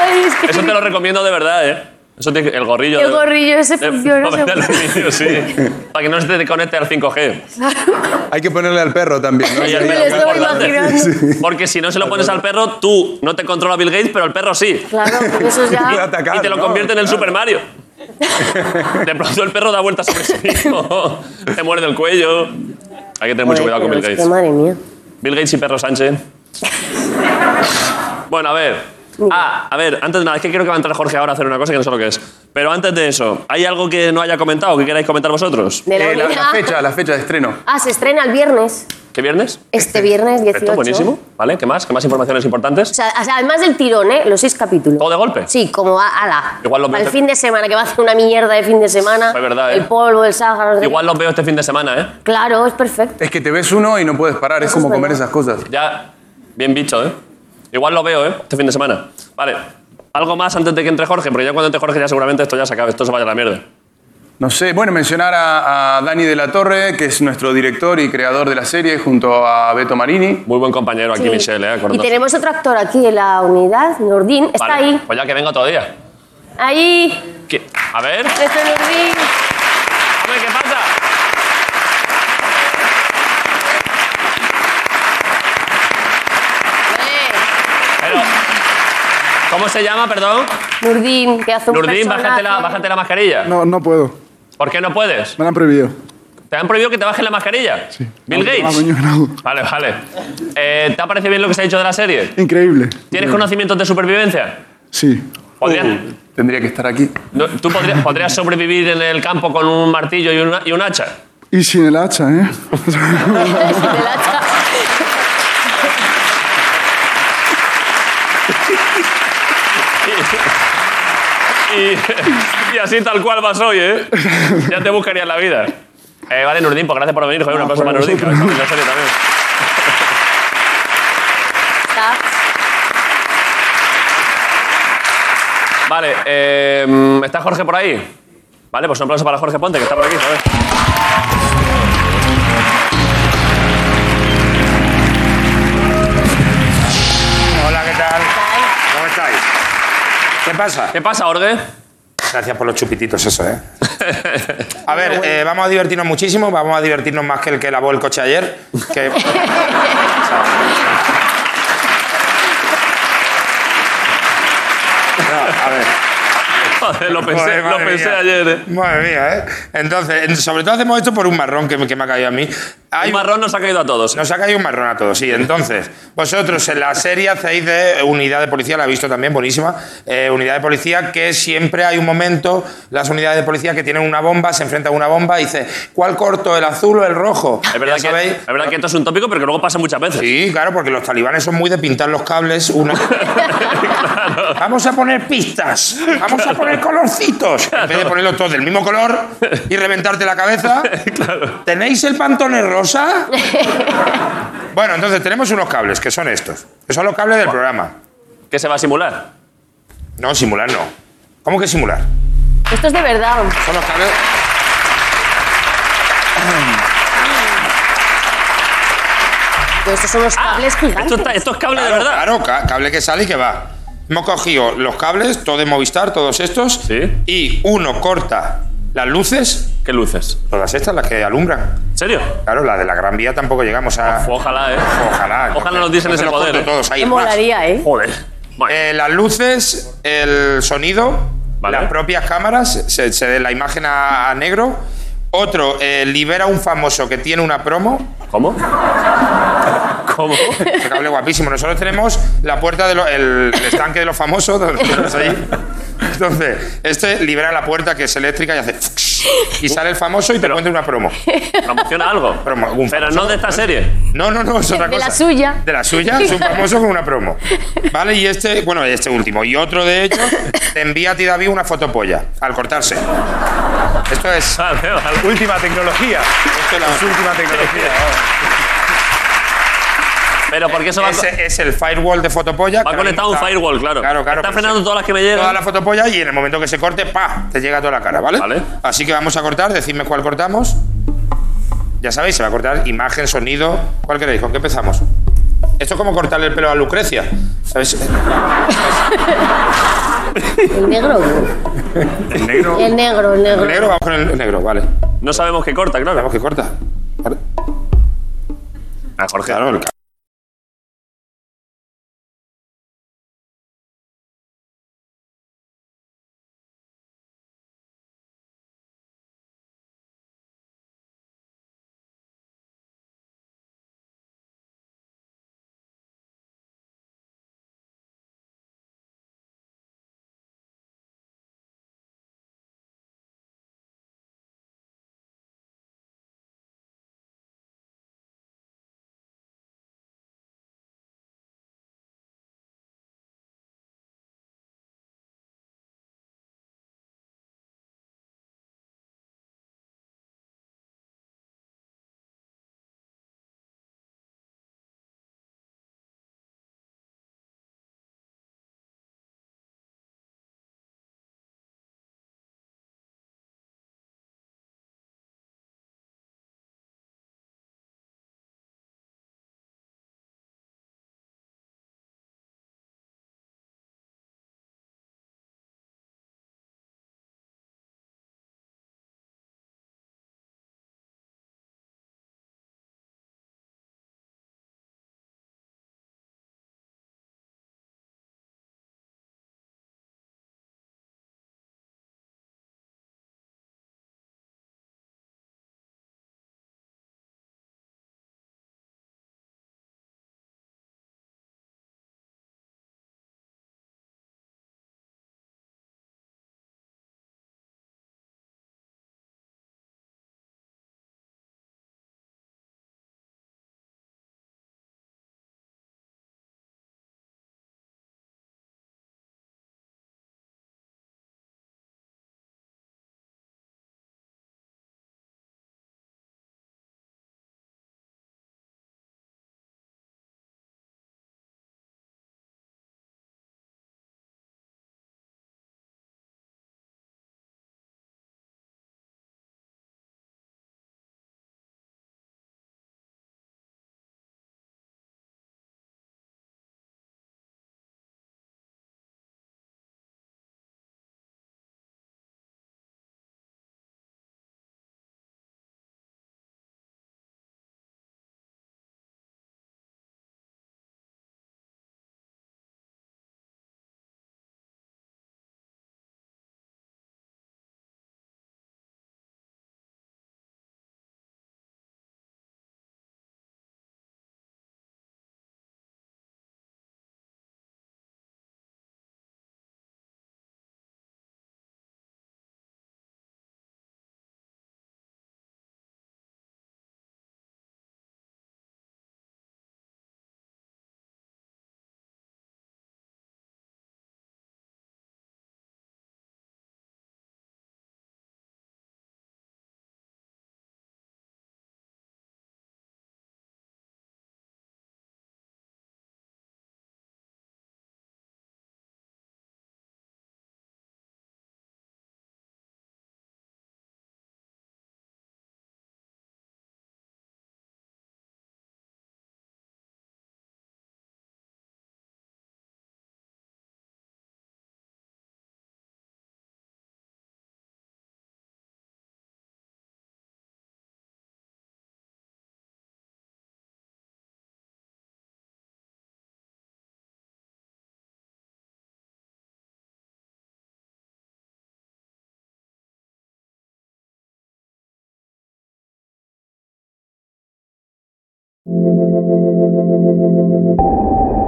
Speaker 9: Ay, es que
Speaker 1: Eso te lo recomiendo de verdad, ¿eh? Eso tiene que- el gorrillo.
Speaker 9: el
Speaker 1: de-
Speaker 9: gorrillo ese
Speaker 1: de-
Speaker 9: funciona.
Speaker 1: papel
Speaker 9: seguro.
Speaker 1: aluminio, sí. Para que no se te conecte al 5G.
Speaker 11: Hay que ponerle al perro también, ¿no?
Speaker 1: Oye,
Speaker 9: me lo
Speaker 1: mira,
Speaker 9: estaba
Speaker 1: muy importante.
Speaker 9: imaginando.
Speaker 1: Porque si no se lo pones al perro, tú no te controla Bill Gates, pero el perro sí.
Speaker 9: Claro, porque eso es
Speaker 11: Puede
Speaker 9: ya.
Speaker 11: atacar,
Speaker 1: y te lo
Speaker 11: ¿no?
Speaker 1: convierte en el Super Mario. De pronto el perro da vueltas sobre sí mismo. Te muerde el cuello. Hay que tener mucho cuidado con Bill
Speaker 9: Es que
Speaker 1: Gates.
Speaker 9: pues, Madre mía.
Speaker 1: Bill Gates y perro Sánchez. Bueno, a ver. Ah, a ver, antes de nada, es que creo que va a entrar Jorge ahora a hacer una cosa que no sé lo que es. Pero antes de eso, ¿hay algo que no haya comentado que queráis comentar vosotros?
Speaker 9: De la Eh, la- la unidad. fecha,
Speaker 1: la fecha de estreno.
Speaker 9: Ah, se estrena el viernes.
Speaker 1: ¿Qué viernes?
Speaker 9: Este viernes 18.
Speaker 1: Perfecto, buenísimo. ¿Vale? ¿Qué más? ¿Qué más informaciones importantes?
Speaker 9: O sea, o sea, además del tirón, ¿eh? Los seis capítulos.
Speaker 1: ¿Todo de golpe?
Speaker 9: Sí, como a- ala.
Speaker 1: Igual lo
Speaker 9: Al
Speaker 1: veo-
Speaker 9: fin de semana, que va a hacer una mierda de fin de semana.
Speaker 1: Es verdad, ¿eh?
Speaker 9: El polvo, el Sáhara. no sé
Speaker 1: Igual los veo este fin de semana, ¿eh?
Speaker 9: qué. Claro, es perfecto.
Speaker 11: Es que te ves uno y no puedes parar, es como comer esas cosas.
Speaker 1: Ya, bien dicho, ¿eh? Igual lo veo, ¿eh? Este fin de semana. Vale. Algo más antes de que entre Jorge, porque ya cuando entre Jorge ya seguramente esto ya se acabe, esto se vaya a la mierda.
Speaker 11: No sé, bueno, mencionar a, a Dani de la Torre, que es nuestro director y creador de la serie, junto a Beto Marini.
Speaker 1: Muy buen compañero ¿eh?
Speaker 9: Sí. y tenemos otro actor aquí en la unidad, Nordín. Está
Speaker 1: Vale,
Speaker 9: ahí.
Speaker 1: Pues ya que vengo todavía.
Speaker 9: Ahí. este
Speaker 1: ¿Qué? A ver.
Speaker 9: Nuestro Nordín.
Speaker 1: Hombre, ¿qué pasa? Pero, ¿Cómo se llama, perdón?
Speaker 9: Nordín, que hace un
Speaker 1: Nurdín,
Speaker 9: personaje.
Speaker 1: bájate la, bájate la mascarilla.
Speaker 16: No, no puedo.
Speaker 1: ¿Por qué no puedes?
Speaker 16: Me la han prohibido.
Speaker 1: ¿Te han prohibido que te bajes la mascarilla? Sí. Bill
Speaker 16: No,
Speaker 1: Gates.
Speaker 16: Ah, coño, no.
Speaker 1: Vale, vale. Eh, ¿Te ha parecido bien lo que se ha dicho de la serie?
Speaker 16: Increíble.
Speaker 1: ¿Tienes
Speaker 16: Increíble.
Speaker 1: conocimientos de supervivencia?
Speaker 16: Sí.
Speaker 1: ¿Podrías,
Speaker 11: Tendría que estar aquí.
Speaker 16: Uh.
Speaker 1: no, ¿Tú podrías, podrías sobrevivir en el campo con un martillo y, una- y un hacha?
Speaker 16: Y sin el hacha, ¿eh?
Speaker 1: Y, y así tal cual vas hoy, ¿eh? Ya te buscarías la vida. Eh, vale, Nurdín, pues gracias por venir. Joder, un
Speaker 10: Ah,
Speaker 1: aplauso para Nurdín, que lo está en serio también. Vale, eh, ¿está Jorge por ahí? Vale, pues un aplauso para Jorge Ponte, que está por aquí. a ver.
Speaker 10: Hola, ¿qué tal? ¿Cómo estáis? ¿Qué pasa?
Speaker 1: ¿Qué pasa, Orgue?
Speaker 10: Gracias por los chupititos, eso, ¿eh? A ver, eh, vamos a divertirnos muchísimo, vamos a divertirnos más que el que lavó el coche ayer. que- No, a ver.
Speaker 1: Joder, lo pensé,
Speaker 10: Joder,
Speaker 1: lo
Speaker 10: madre
Speaker 1: pensé
Speaker 10: mía.
Speaker 1: ayer. ¿eh?
Speaker 10: Madre mía, ¿eh? Entonces, sobre todo hacemos esto por un marrón que me, que me ha caído a mí. Hay
Speaker 1: Un marrón nos ha caído a todos.
Speaker 10: Nos ha caído un marrón a todos, sí. Entonces, vosotros en la serie hacéis de unidad de policía, la he visto también, buenísima. eh, unidad de policía que siempre hay un momento, las unidades de policía que tienen una bomba, se enfrentan a una bomba y dice, ¿cuál corto, el azul o el rojo?
Speaker 1: Es verdad, que, es verdad que esto es un tópico, pero que luego pasa muchas veces.
Speaker 10: Sí, claro, porque los talibanes son muy de pintar los cables. Una... Vamos a poner pistas, vamos a poner colorcitos. En vez de ponerlos todos del mismo color y reventarte la cabeza. ¿Tenéis el pantone rosa? bueno, entonces tenemos unos cables, que son estos. Que son los cables del programa.
Speaker 1: ¿Qué se va a simular?
Speaker 10: No, simular no. ¿Cómo que simular?
Speaker 9: Esto es de verdad.
Speaker 10: Son los cables.
Speaker 9: Pues estos son los cables gigantes.
Speaker 1: cable
Speaker 10: de verdad. Claro, ca- cable que sale y que va. Hemos cogido los cables, todo de Movistar, todos estos. Y uno corta las luces.
Speaker 1: ¿Qué luces?
Speaker 10: Todas estas, las que alumbran.
Speaker 1: ¿En serio?
Speaker 10: Claro, la de la Gran Vía tampoco llegamos a.
Speaker 1: Ojalá, ¿eh?
Speaker 10: Ojalá.
Speaker 1: Ojalá nos diesen
Speaker 10: Entonces
Speaker 1: ese
Speaker 10: los
Speaker 1: poder.
Speaker 10: corto todos ahí.
Speaker 9: Me molaría, ¿eh?
Speaker 1: Joder.
Speaker 10: Eh, las luces, el sonido, las propias cámaras, se, se de la imagen a, a negro. Otro, eh, libera un famoso que tiene una promo.
Speaker 1: ¿Cómo? ¿Cómo?
Speaker 10: Este cable guapísimo. Nosotros tenemos la puerta del estanque de los famosos. donde tenemos ahí. Entonces, este libera la puerta que es eléctrica y hace. Y sale el famoso y te cuenta una promo.
Speaker 1: ¿Promociona algo? Pero no de esta serie.
Speaker 10: No, no, no, es otra
Speaker 9: De
Speaker 10: cosa.
Speaker 9: la suya.
Speaker 10: De la suya, es un famoso con una promo. ¿Vale? Y este, bueno, este último. Y otro, de hecho, te envía a ti, David, una fotopolla al cortarse. Esto es.
Speaker 11: Última tecnología.
Speaker 10: Esto es la
Speaker 11: última tecnología.
Speaker 1: Pero porque eso va.
Speaker 10: Es, es el firewall de fotopolla.
Speaker 1: Va
Speaker 10: que ahora
Speaker 1: conectado
Speaker 10: mismo
Speaker 1: a un firewall, claro.
Speaker 10: Claro, claro.
Speaker 1: Está
Speaker 10: pero
Speaker 1: frenando
Speaker 10: se-
Speaker 1: todas las que me llegan.
Speaker 10: Todas las fotopollas y en el momento que se corte, ¡pa! Te llega a toda la cara, ¿vale? Vale. Así que vamos a cortar, decidme cuál cortamos. Ya sabéis, se va a cortar imagen, sonido. ¿Cuál queréis? ¿Con qué empezamos? Esto es como cortarle el pelo a Lucrecia. ¿Sabéis?
Speaker 9: El negro.
Speaker 10: El negro.
Speaker 9: El negro, el negro.
Speaker 10: El negro, vamos con el negro, vale.
Speaker 1: No sabemos qué corta, claro. Sabemos
Speaker 10: qué corta.
Speaker 1: Ah, Jorge.
Speaker 10: Pues Claro, el ca-
Speaker 16: Thank you.